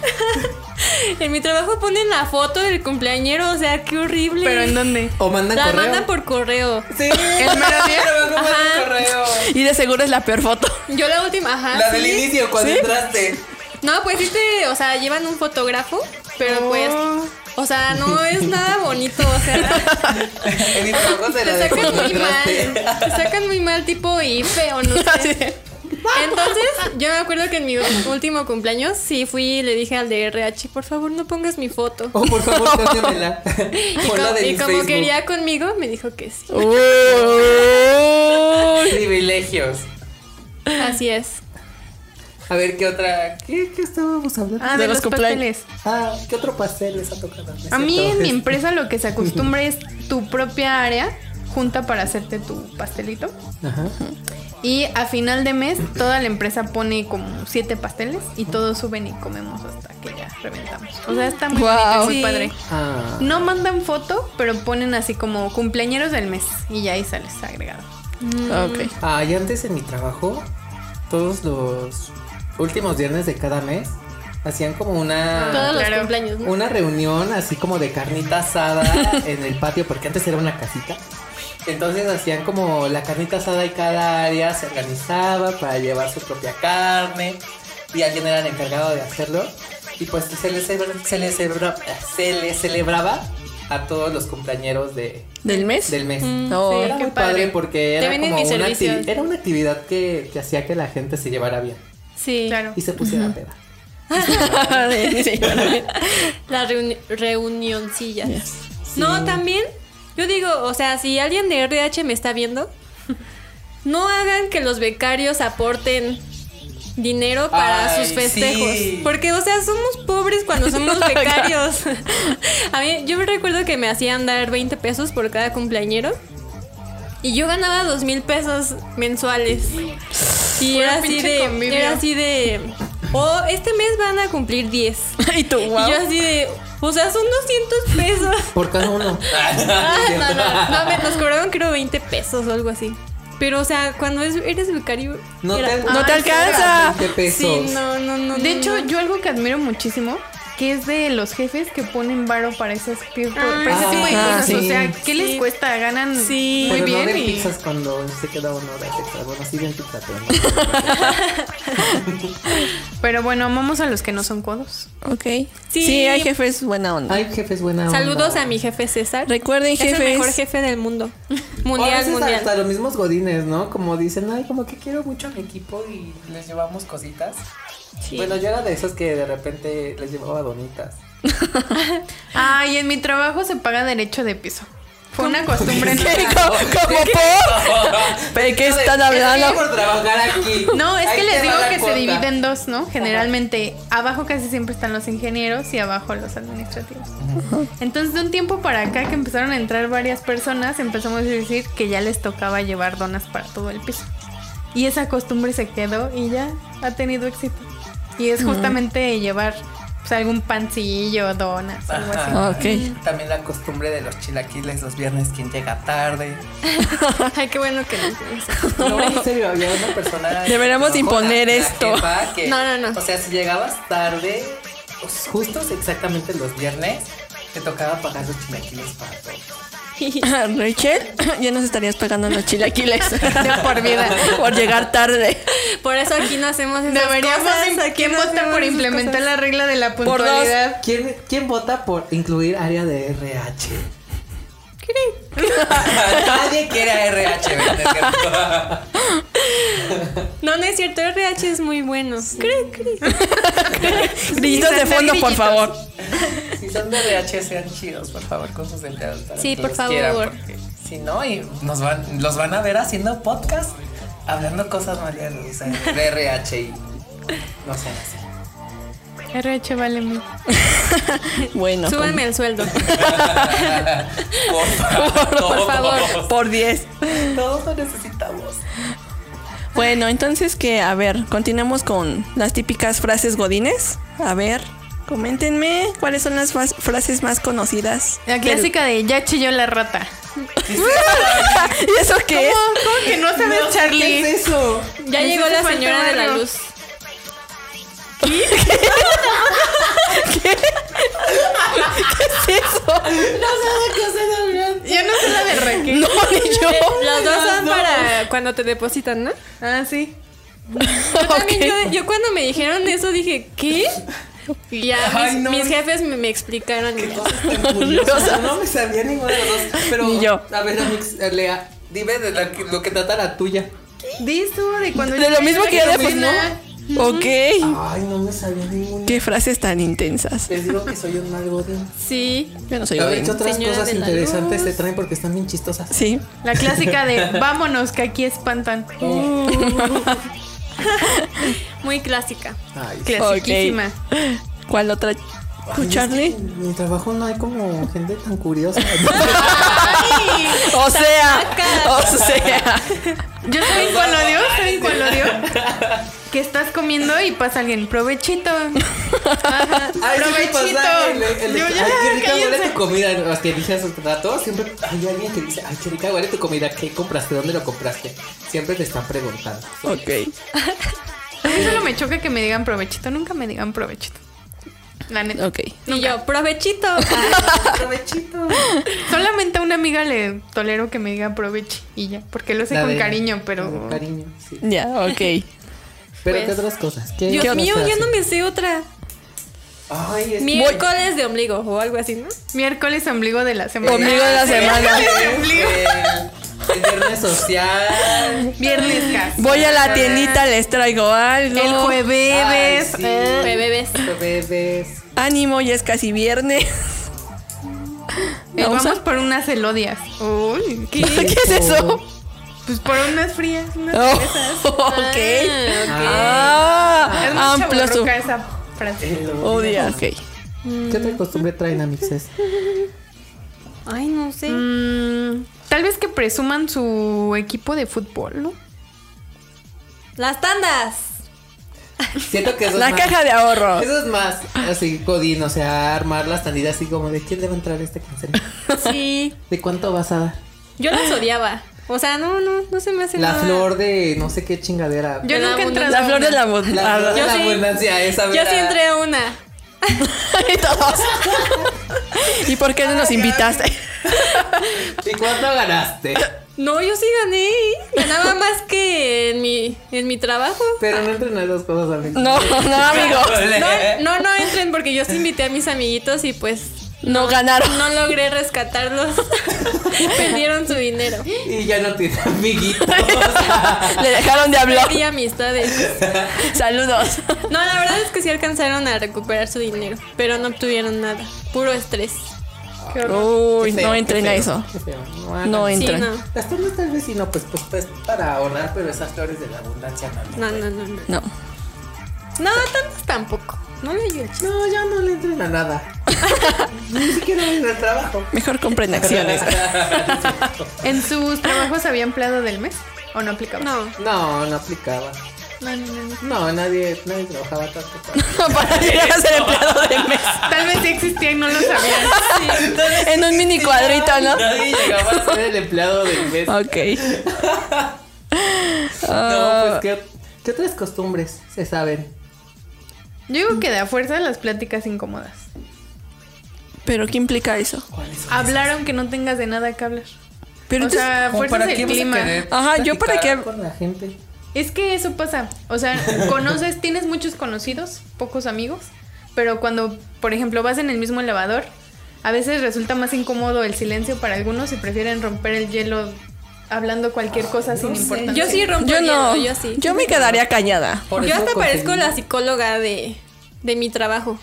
En mi trabajo ponen la foto del cumpleañero, o sea, qué horrible.
Pero ¿en dónde?
O mandan
la
correo.
mandan por correo.
Sí,
El mero día.
pero ¿cómo es el
Ajá.
correo?
Y de seguro es la peor foto.
Yo la última, ajá.
La
sí.
del inicio, cuando entraste.
No, pues sí te, o sea, llevan un fotógrafo, pero
Oh.
pues, o sea, no es nada bonito, o sea,
En mis ojos de la
te
de
sacan
cuando
muy mal,
entraste.
te sacan muy mal tipo y feo, no
Así
sé.
de,
Entonces, yo me acuerdo que en mi último cumpleaños sí fui y le dije al de RH, por favor no pongas mi foto.
Oh, por favor, cámbiamela.
Y,
Pon la
como-
de
y
mi
como
Facebook.
quería conmigo, me dijo que sí.
"Uy".
Privilegios.
Así es.
A ver qué otra.
¿Qué, ¿Qué estábamos hablando?
Ah,
De
de,
los
los,
cumpleaños.
pasteles.
Ah, ¿qué otro pastel les ha tocado? No es
A mí
cierto.
en mi empresa lo que se acostumbra es tu propia área junta para hacerte tu pastelito.
Ajá.
Y a final de mes toda la empresa pone como siete pasteles y todos suben y comemos hasta que ya reventamos. O sea, está muy,
Wow.
bonito, muy
Sí.
padre.
Ah,
No mandan foto, pero ponen así como cumpleañeros del mes y ya ahí sales agregado.
Ok.
Ah, y antes en mi trabajo, todos los últimos viernes de cada mes hacían como una.
Todos los
Ah, claro.
cumpleaños, ¿no?
una reunión así como de carnita asada en el patio, porque antes era una casita. Entonces hacían como la carnita asada y cada área se organizaba para llevar su propia carne y alguien era el encargado de hacerlo. Y pues se le, celebra- se le, celebra- se le celebraba a todos los compañeros de,
¿Del mes?
del mes.
Mm,
Oh,
No.
Era
qué
muy padre,
padre.
porque era
Te venden
como
mi
una,
servicio.
activi- era una actividad que, que hacía que la gente se llevara bien
Sí.
Claro.
y se pusiera peda.
Sí, bueno.
La reuni- reunioncilla. No, también, yo digo, o sea, si alguien de RH me está viendo, no hagan que los becarios aporten dinero para
Ay,
sus festejos.
sí.
Porque, o sea, somos pobres cuando somos becarios. A mí, yo me recuerdo que me hacían dar 20 pesos por cada cumpleañero. Y yo ganaba dos mil pesos mensuales. Y
Puro
era así
pinche
de.
convivio.
Era así de. oh, este mes van a cumplir 10.
y tú, wow.
Y yo así de, o sea, son 200 pesos.
Por cada uno.
Ah, no, no, no, me- nos cobraron creo 20 pesos o algo así. Pero, o sea, cuando es- eres becario...
No
era-
te,
no te
ah,
alcanza.
20 pesos.
Sí, no, no, no.
De
no,
hecho,
no.
yo algo que admiro muchísimo, que es de los jefes que ponen varo para esos tipo,
Ah,
para ese tipo de
ah,
cosas. O
sí.
sea, ¿qué les
Sí.
cuesta? Ganan
Sí.
muy
Pero no
bien
de
y
pizzas cuando se queda una hora de pizza. Bueno, sí, bien pizza, pero no.
Pero bueno, amamos a los que no son codos.
Ok. Sí.
Sí.
hay jefes buena onda.
Ay, jefe, es buena onda.
Saludos a mi jefe César.
Recuerden,
es el mejor
jefes.
jefe del mundo.
Ahora
Mundial,
sí, hasta- Hasta
mundial.
los mismos godines, ¿no? Como dicen, ay, como que quiero mucho a mi equipo y les llevamos cositas.
Sí.
Bueno, yo era de esos que de repente les llevaba donitas.
Ay, en mi trabajo se paga derecho de piso. Fue una costumbre.
¿Qué?
nuestra.
¿Cómo, cómo por? ¿De qué están
Estoy
hablando?
por trabajar aquí.
No, es
Ahí
que
te
les
va
digo
la
que
cuota.
se divide en dos, ¿no? Generalmente abajo casi siempre están los ingenieros y abajo los administrativos. Entonces de un tiempo para acá que empezaron a entrar varias personas, empezamos a decir que ya les tocaba llevar donas para todo el piso. Y esa costumbre se quedó y ya ha tenido éxito. Y es justamente llevar pues, algún pancillo, donas, algo así.
Ajá.
Ok.
También la costumbre de los chilaquiles los viernes, quien llega tarde.
Ay, qué bueno que no tienes.
No, en serio, había una persona.
Deberíamos
Ojo,
imponer
la- la
esto.
jefa que-
No, no, no.
O sea, si llegabas
tarde, pues, justos exactamente los viernes, te tocaba pagar los chilaquiles para todo.
Rachel, ya nos estarías pagando los chilaquiles.
De por vida.
Por llegar tarde.
Por eso aquí no hacemos esas
Deberíamos
cosas,
im-
aquí
¿Quién
no
vota
hacemos
por
esas
implementar
cosas.
la regla de la
dos.
puntualidad?
¿Quién, ¿Quién vota por incluir área de RH?
Nadie quiere a RH, ¿verdad? Es cierto.
No, no es cierto, RH es muy bueno. Cree, cree.
Grillitos Pues de fondo, por favor.
Si son de RH, sean chidos, por favor, con sus empleados. para
Sí,
que
por
los quieran,
favor.
porque si no, y nos van, los van a ver haciendo podcast, hablando cosas malas o sea, de RH y no sean así.
RH vale mucho.
Bueno.
Súbanme el sueldo.
Por favor.
Por favor.
con- Por 10.
Todos lo necesitamos.
Bueno, entonces que, a ver, continuemos con las típicas frases godines. A ver, coméntenme cuáles son las fas- frases más conocidas.
La clásica de ya chilló la rata.
Del- ¿Y eso qué es?
¿Cómo que no sabes, Charlie?
¿Qué es eso?
Ya
Nos
llegó
hace
la
falta
señora de la
barrio.
luz.
¿Qué es eso?
Yo no sé la de Raquel.
No, ni yo.
Los dos son para cuando te depositan, ¿no?
Ah, sí.
Yo también,
Ok.
yo, yo cuando me dijeron eso dije, ¿qué? Y ya
Ay,
mis,
no.
mis jefes me, me explicaron. y ya.
Curioso, no me sabía ninguna de las dos. Pero,
Ni yo.
A ver, Amix, eh, Lea, dime de la que- lo que trata la tuya.
Di eso de cuando
De lo mismo que ya después, ¿no? Ok.
Ay, no me sabía ninguna.
Qué frases tan intensas.
Les digo que soy un mal godín.
Sí.
Yo no soy
Pero de
godín.
hecho, otras
Señora
cosas
de la
interesantes
luz.
te traen porque están bien chistosas.
Sí.
La clásica de vámonos que aquí espantan.
Muy clásica.
Ay,
Clasiquísima.
¿Cuál otra?
Ay,
¿Tú,
es
Charlie?
que En mi trabajo no hay como gente tan curiosa.
O sea, o sea.
Yo saben cuál odio, saben cuál odio. Que estás comiendo y pasa alguien, provechito. Ajá,
Ay, sí me
provechito.
pasa el- el- el-
Yo ya,
ay, qué rica huele
cállense.
tu comida. Las que dije hace rato, siempre hay alguien que dice, ay, qué rica huele tu comida. ¿Qué compraste? ¿Dónde lo compraste? Siempre te están preguntando.
Ok.
A mí solo me choca que me digan provechito, nunca me digan provechito. La neta.
Ok.
Y yo, provechito. Ah,
Provechito.
Solamente a una amiga le tolero que me diga provechi y ya, porque lo hace
La
con
de-
cariño,
Con
pero
Cariño, sí.
Ya, ok.
Pero
Pues,
¿qué otras cosas? ¿Qué
Dios
otras
mío, yo
frases?
no me sé otra.
Ay, es
Miércoles de ombligo o algo así, ¿no?
miércoles ombligo de la semana.
Ombligo de la semana.
el- el viernes social.
Viernes casi.
Voy a la tiendita, les traigo algo.
El jueves.
Ay, sí.
eh.
Bebés.
Los Bebés.
Ánimo, ya es casi viernes.
Eh,
Vamos
vamos
a-
por unas elodias. Uy, ¿qué?
¿Qué es eso?
Pues por unas frías, unas
Oh,
fresas.
ok.
Ah,
Es muy
Ah, amplio su
chaborruca esa frase.
El-
odia. Ok.
¿Qué otra costumbre traen a mixes?
ok. Ay, no sé.
Mm, tal vez que presuman su equipo de fútbol, ¿no?
Las tandas.
Siento que eso
La
es más-
caja de ahorro.
Eso es más así, Godín, o sea, armar las tandidas así como de quién le va a entrar este cáncer.
Sí.
¿De cuánto vas a dar?
Yo las odiaba. O sea, no, no, no se me hace
La
nada.
flor de no sé qué chingadera.
Yo
La
nunca he entrado.
abundancia.
La flor de la
La
abundancia.
flor de
Yo
la
sí.
abundancia, esa
Yo
¿verdad?
sí entré a una.
Y todos. ¿Y por qué no nos invitaste?
¿Y cuánto ganaste?
No, yo sí gané. ¿eh? Ganaba más que en mi, en mi trabajo.
Pero no entren a esas cosas, amigos.
No, no, amigo.
No, no, no entren porque yo sí invité a mis amiguitos y pues
No ganaron.
no logré rescatarlos. Perdieron su dinero.
Y ya no tiene amiguitos.
Le dejaron de hablar.
Perdí amistades.
Saludos.
No, la verdad es que sí alcanzaron a recuperar su dinero, pero no obtuvieron nada. Puro estrés.
Uy,
Qué feo,
no entren
qué
a
feo,
eso.
Ah, qué feo.
No
hagan eso.
Sí,
entren.
no.
Las tandas tal vez sí, no, pues, pues, pues para ahorrar, pero esas flores de la abundancia no.
No, no, no, no.
No.
No, tantos tampoco. No le ayudes.
No, ya no le entren a nada. Ni siquiera en el trabajo.
Mejor compren acciones.
¿En sus trabajos había empleado del mes? ¿O no aplicaba?
No.
No, no aplicaba.
No, no, no, no.
No, nadie, nadie trabajaba tanto. para-
Para llegar a ser empleado de mes.
Tal vez sí existía y no lo sabían.
En un mini cuadrito, ¿no?
Nadie llegaba a ser el empleado del mes.
Ok. Ah,
No, pues ¿qué, qué otras costumbres se saben.
Yo digo que de a fuerza las pláticas incómodas.
¿Pero qué implica eso?
Hablar aunque no tengas de nada que hablar.
Pero
o sea,
¿Cómo
fuerzas el
qué vas a
clima.
querer
Ajá, ¿yo para
platicar?
qué?
Con la gente.
Es que eso pasa. O sea, conoces, tienes muchos conocidos, pocos amigos, pero cuando, por ejemplo, vas en el mismo elevador, a veces resulta más incómodo el silencio para algunos y prefieren romper el hielo hablando
Ah,
cualquier cosa sin importancia.
Yo sí rompo
Yo
el
no.
hielo, yo sí.
Yo me quedaría callada.
Por
Yo
eso
hasta parezco
conseguí-
la psicóloga de, de mi trabajo.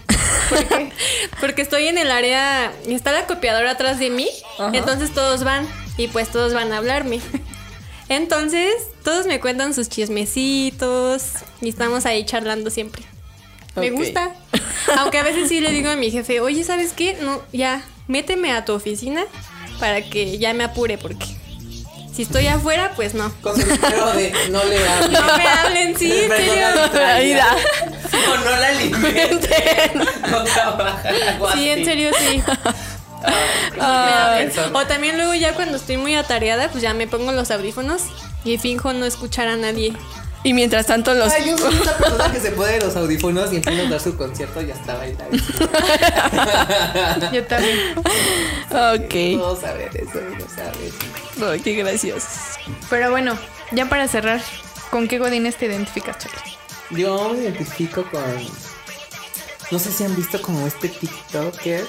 ¿Por qué?
Porque estoy en el área y está la copiadora atrás de mí.
Ajá.
Entonces todos van y pues todos van a hablarme. Entonces todos me cuentan sus chismecitos y estamos ahí charlando siempre. Me
Ok.
gusta. Aunque a veces sí le digo a mi jefe, oye, ¿sabes qué? No, ya, méteme a tu oficina para que ya me apure porque si estoy afuera, pues no.
Consejero de no le hablen.
No me hablen, sí, en
Perdón,
serio.
Australia.
Ida.
O no la alimenten. No trabaja. algo
Sí, en
así.
serio, sí.
Ah,
O también luego ya cuando estoy muy atareada, pues ya me pongo los audífonos y finjo no escuchar a nadie.
Y mientras tanto los...
Ay, yo soy esa persona que se pone los audífonos y empieza a dar su concierto y hasta bailar.
Yo también.
Ok.
No saben eso, no saben.
Oh, qué gracioso.
Pero bueno, ya para cerrar, ¿con qué godines te identificas, Charlie?
Yo me identifico con. No sé si han visto como este TikToker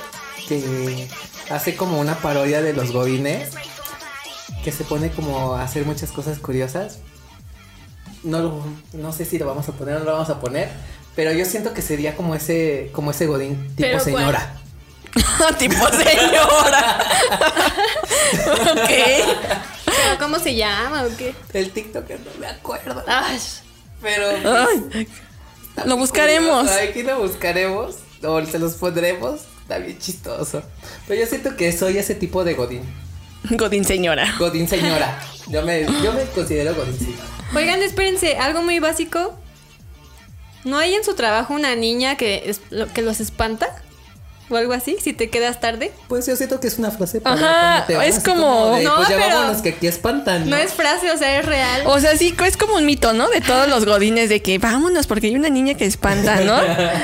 que hace como una parodia de los godines. Que se pone como a hacer muchas cosas curiosas. No, lo- no sé si lo vamos a poner o no lo vamos a poner. Pero yo siento que sería como ese, como ese godín tipo
¿Pero cuál?
señora.
tipo señora. ok.
¿Pero cómo se llama o qué?
El TikToker no me acuerdo.
Ay,
Pero.
Ay, lo buscaremos.
Aquí lo buscaremos. O se los pondremos. Está bien chistoso. Pero yo siento que soy ese tipo de Godín.
Godín señora.
Godín señora. Yo me, yo me considero Godín señora.
Oigan, espérense, algo muy básico. ¿No hay en su trabajo una niña que, es- lo- que los espanta? ¿O algo así? Si te quedas tarde.
Pues yo siento que es una frase
Ajá,
cuando te van,
es
así
como-
de,
No,
pues ya
pero-
vámonos, que aquí espantan.
No Oh. es frase, o sea, es real.
O sea, sí, es como un mito, ¿no? De todos los godines de que vámonos porque hay una niña que espanta, ¿no?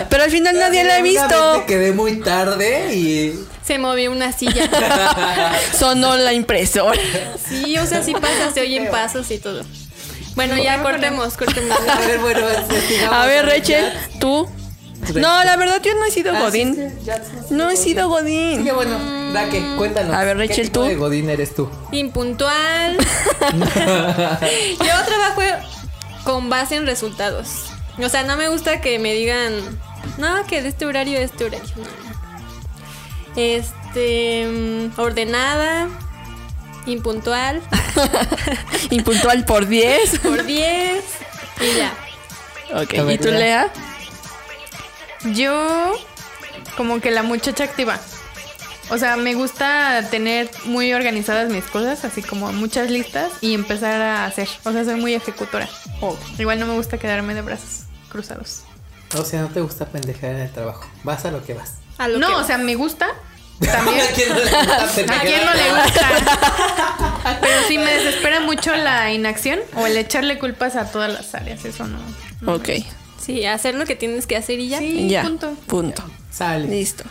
Pero al final nadie la ha
Una vez
visto.
me quedé muy tarde y.
Se movió una silla.
Sonó la impresora.
Sí, o sea, sí pasa, se oyen pasos y todo. Bueno, ya cortemos, cortemos.
A ver, bueno, este, sigamos.
A ver, Rachel, tú. No, la verdad yo no he sido
Ah, sí,
godín.
sí, ya, sí, sí,
No he
Godín.
sido
Sí, qué
godín.
bueno, Daque, cuéntanos.
A ver, Rachel,
¿qué tipo
¿tú?
de Godín eres tú?
impuntual. Yo trabajo con base en resultados. O sea, no me gusta que me digan, no, que de este horario, de este horario. No. Este, mm, ordenada, impuntual,
Impuntual por 10.
por 10 y ya.
Ok,
A ver,
¿y tú,
Lea?
Lea?
Yo, como que la muchacha activa. O sea, me gusta tener muy organizadas mis cosas, así como muchas listas y empezar a hacer. O sea, soy muy ejecutora. Igual no me gusta quedarme de brazos. cruzados.
O sea, no te gusta pendejear en el trabajo. Vas a lo que vas.
A lo
No,
que-
o sea, me gusta. También.
¿A quién no le gusta
¿A
pendejear
quién
en
no
el
le
trabajo?
gusta? Pero sí me desespera mucho la inacción o el echarle culpas a todas las áreas, eso no. no
Ok,
sí, hacer lo que tienes que hacer y ya.
Sí,
ya.
punto.
punto.
Sale.
Listo.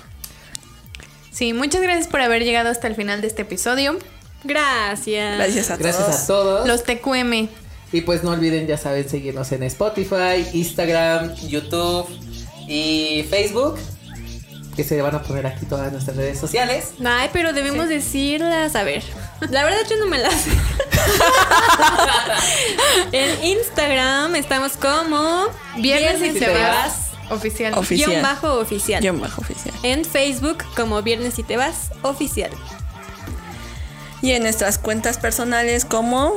Sí, muchas gracias por haber llegado hasta el final de este episodio.
Gracias.
Gracias a todos.
Gracias a todos.
Los TQM.
Y pues no olviden, ya saben, seguirnos en Spotify, Instagram, YouTube y Facebook. Que se van a poner aquí todas nuestras redes sociales.
Ay, pero debemos decirlas. A ver, la verdad yo no me las. sé. en Instagram estamos como
Viernes, y
y
te vas. Oficial.
Ofi- Oficial.
Guión bajo oficial.
Guión bajo oficial.
En Facebook como Viernes y te vas oficial.
Y en nuestras cuentas personales como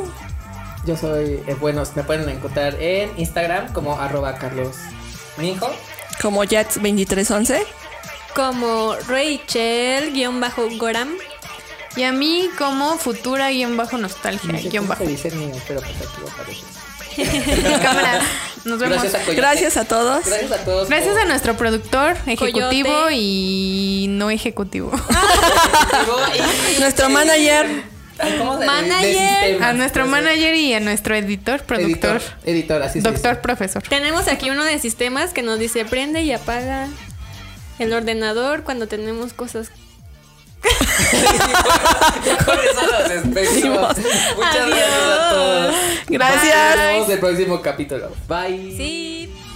Yo soy, eh, bueno, me pueden encontrar en Instagram como arroba Carlos Minjo.
como Jats2311.
Como Rachel guión bajo Goram.
Y a mí como futura guión bajo nostalgia.
No sé
Guión
cómo
bajo.
se dice el mío, pero pues aquí lo aparece.
Cámara. Nos vemos.
Gracias a
Gracias
Coyote.
Gracias a todos.
Gracias a todos.
a, nuestro productor ejecutivo
Coyote.
y no ejecutivo.
Nuestro manager.
Manager.
a nuestro manager y a nuestro editor, productor,
Editor, editor así se
doctor,
dice.
profesor.
Tenemos aquí uno de sistemas que nos dice prende y apaga el ordenador cuando tenemos cosas.
Con eso nos despedimos. Muchas gracias a todos.
Gracias.
Nos vemos en el próximo capítulo. Bye.
Sí.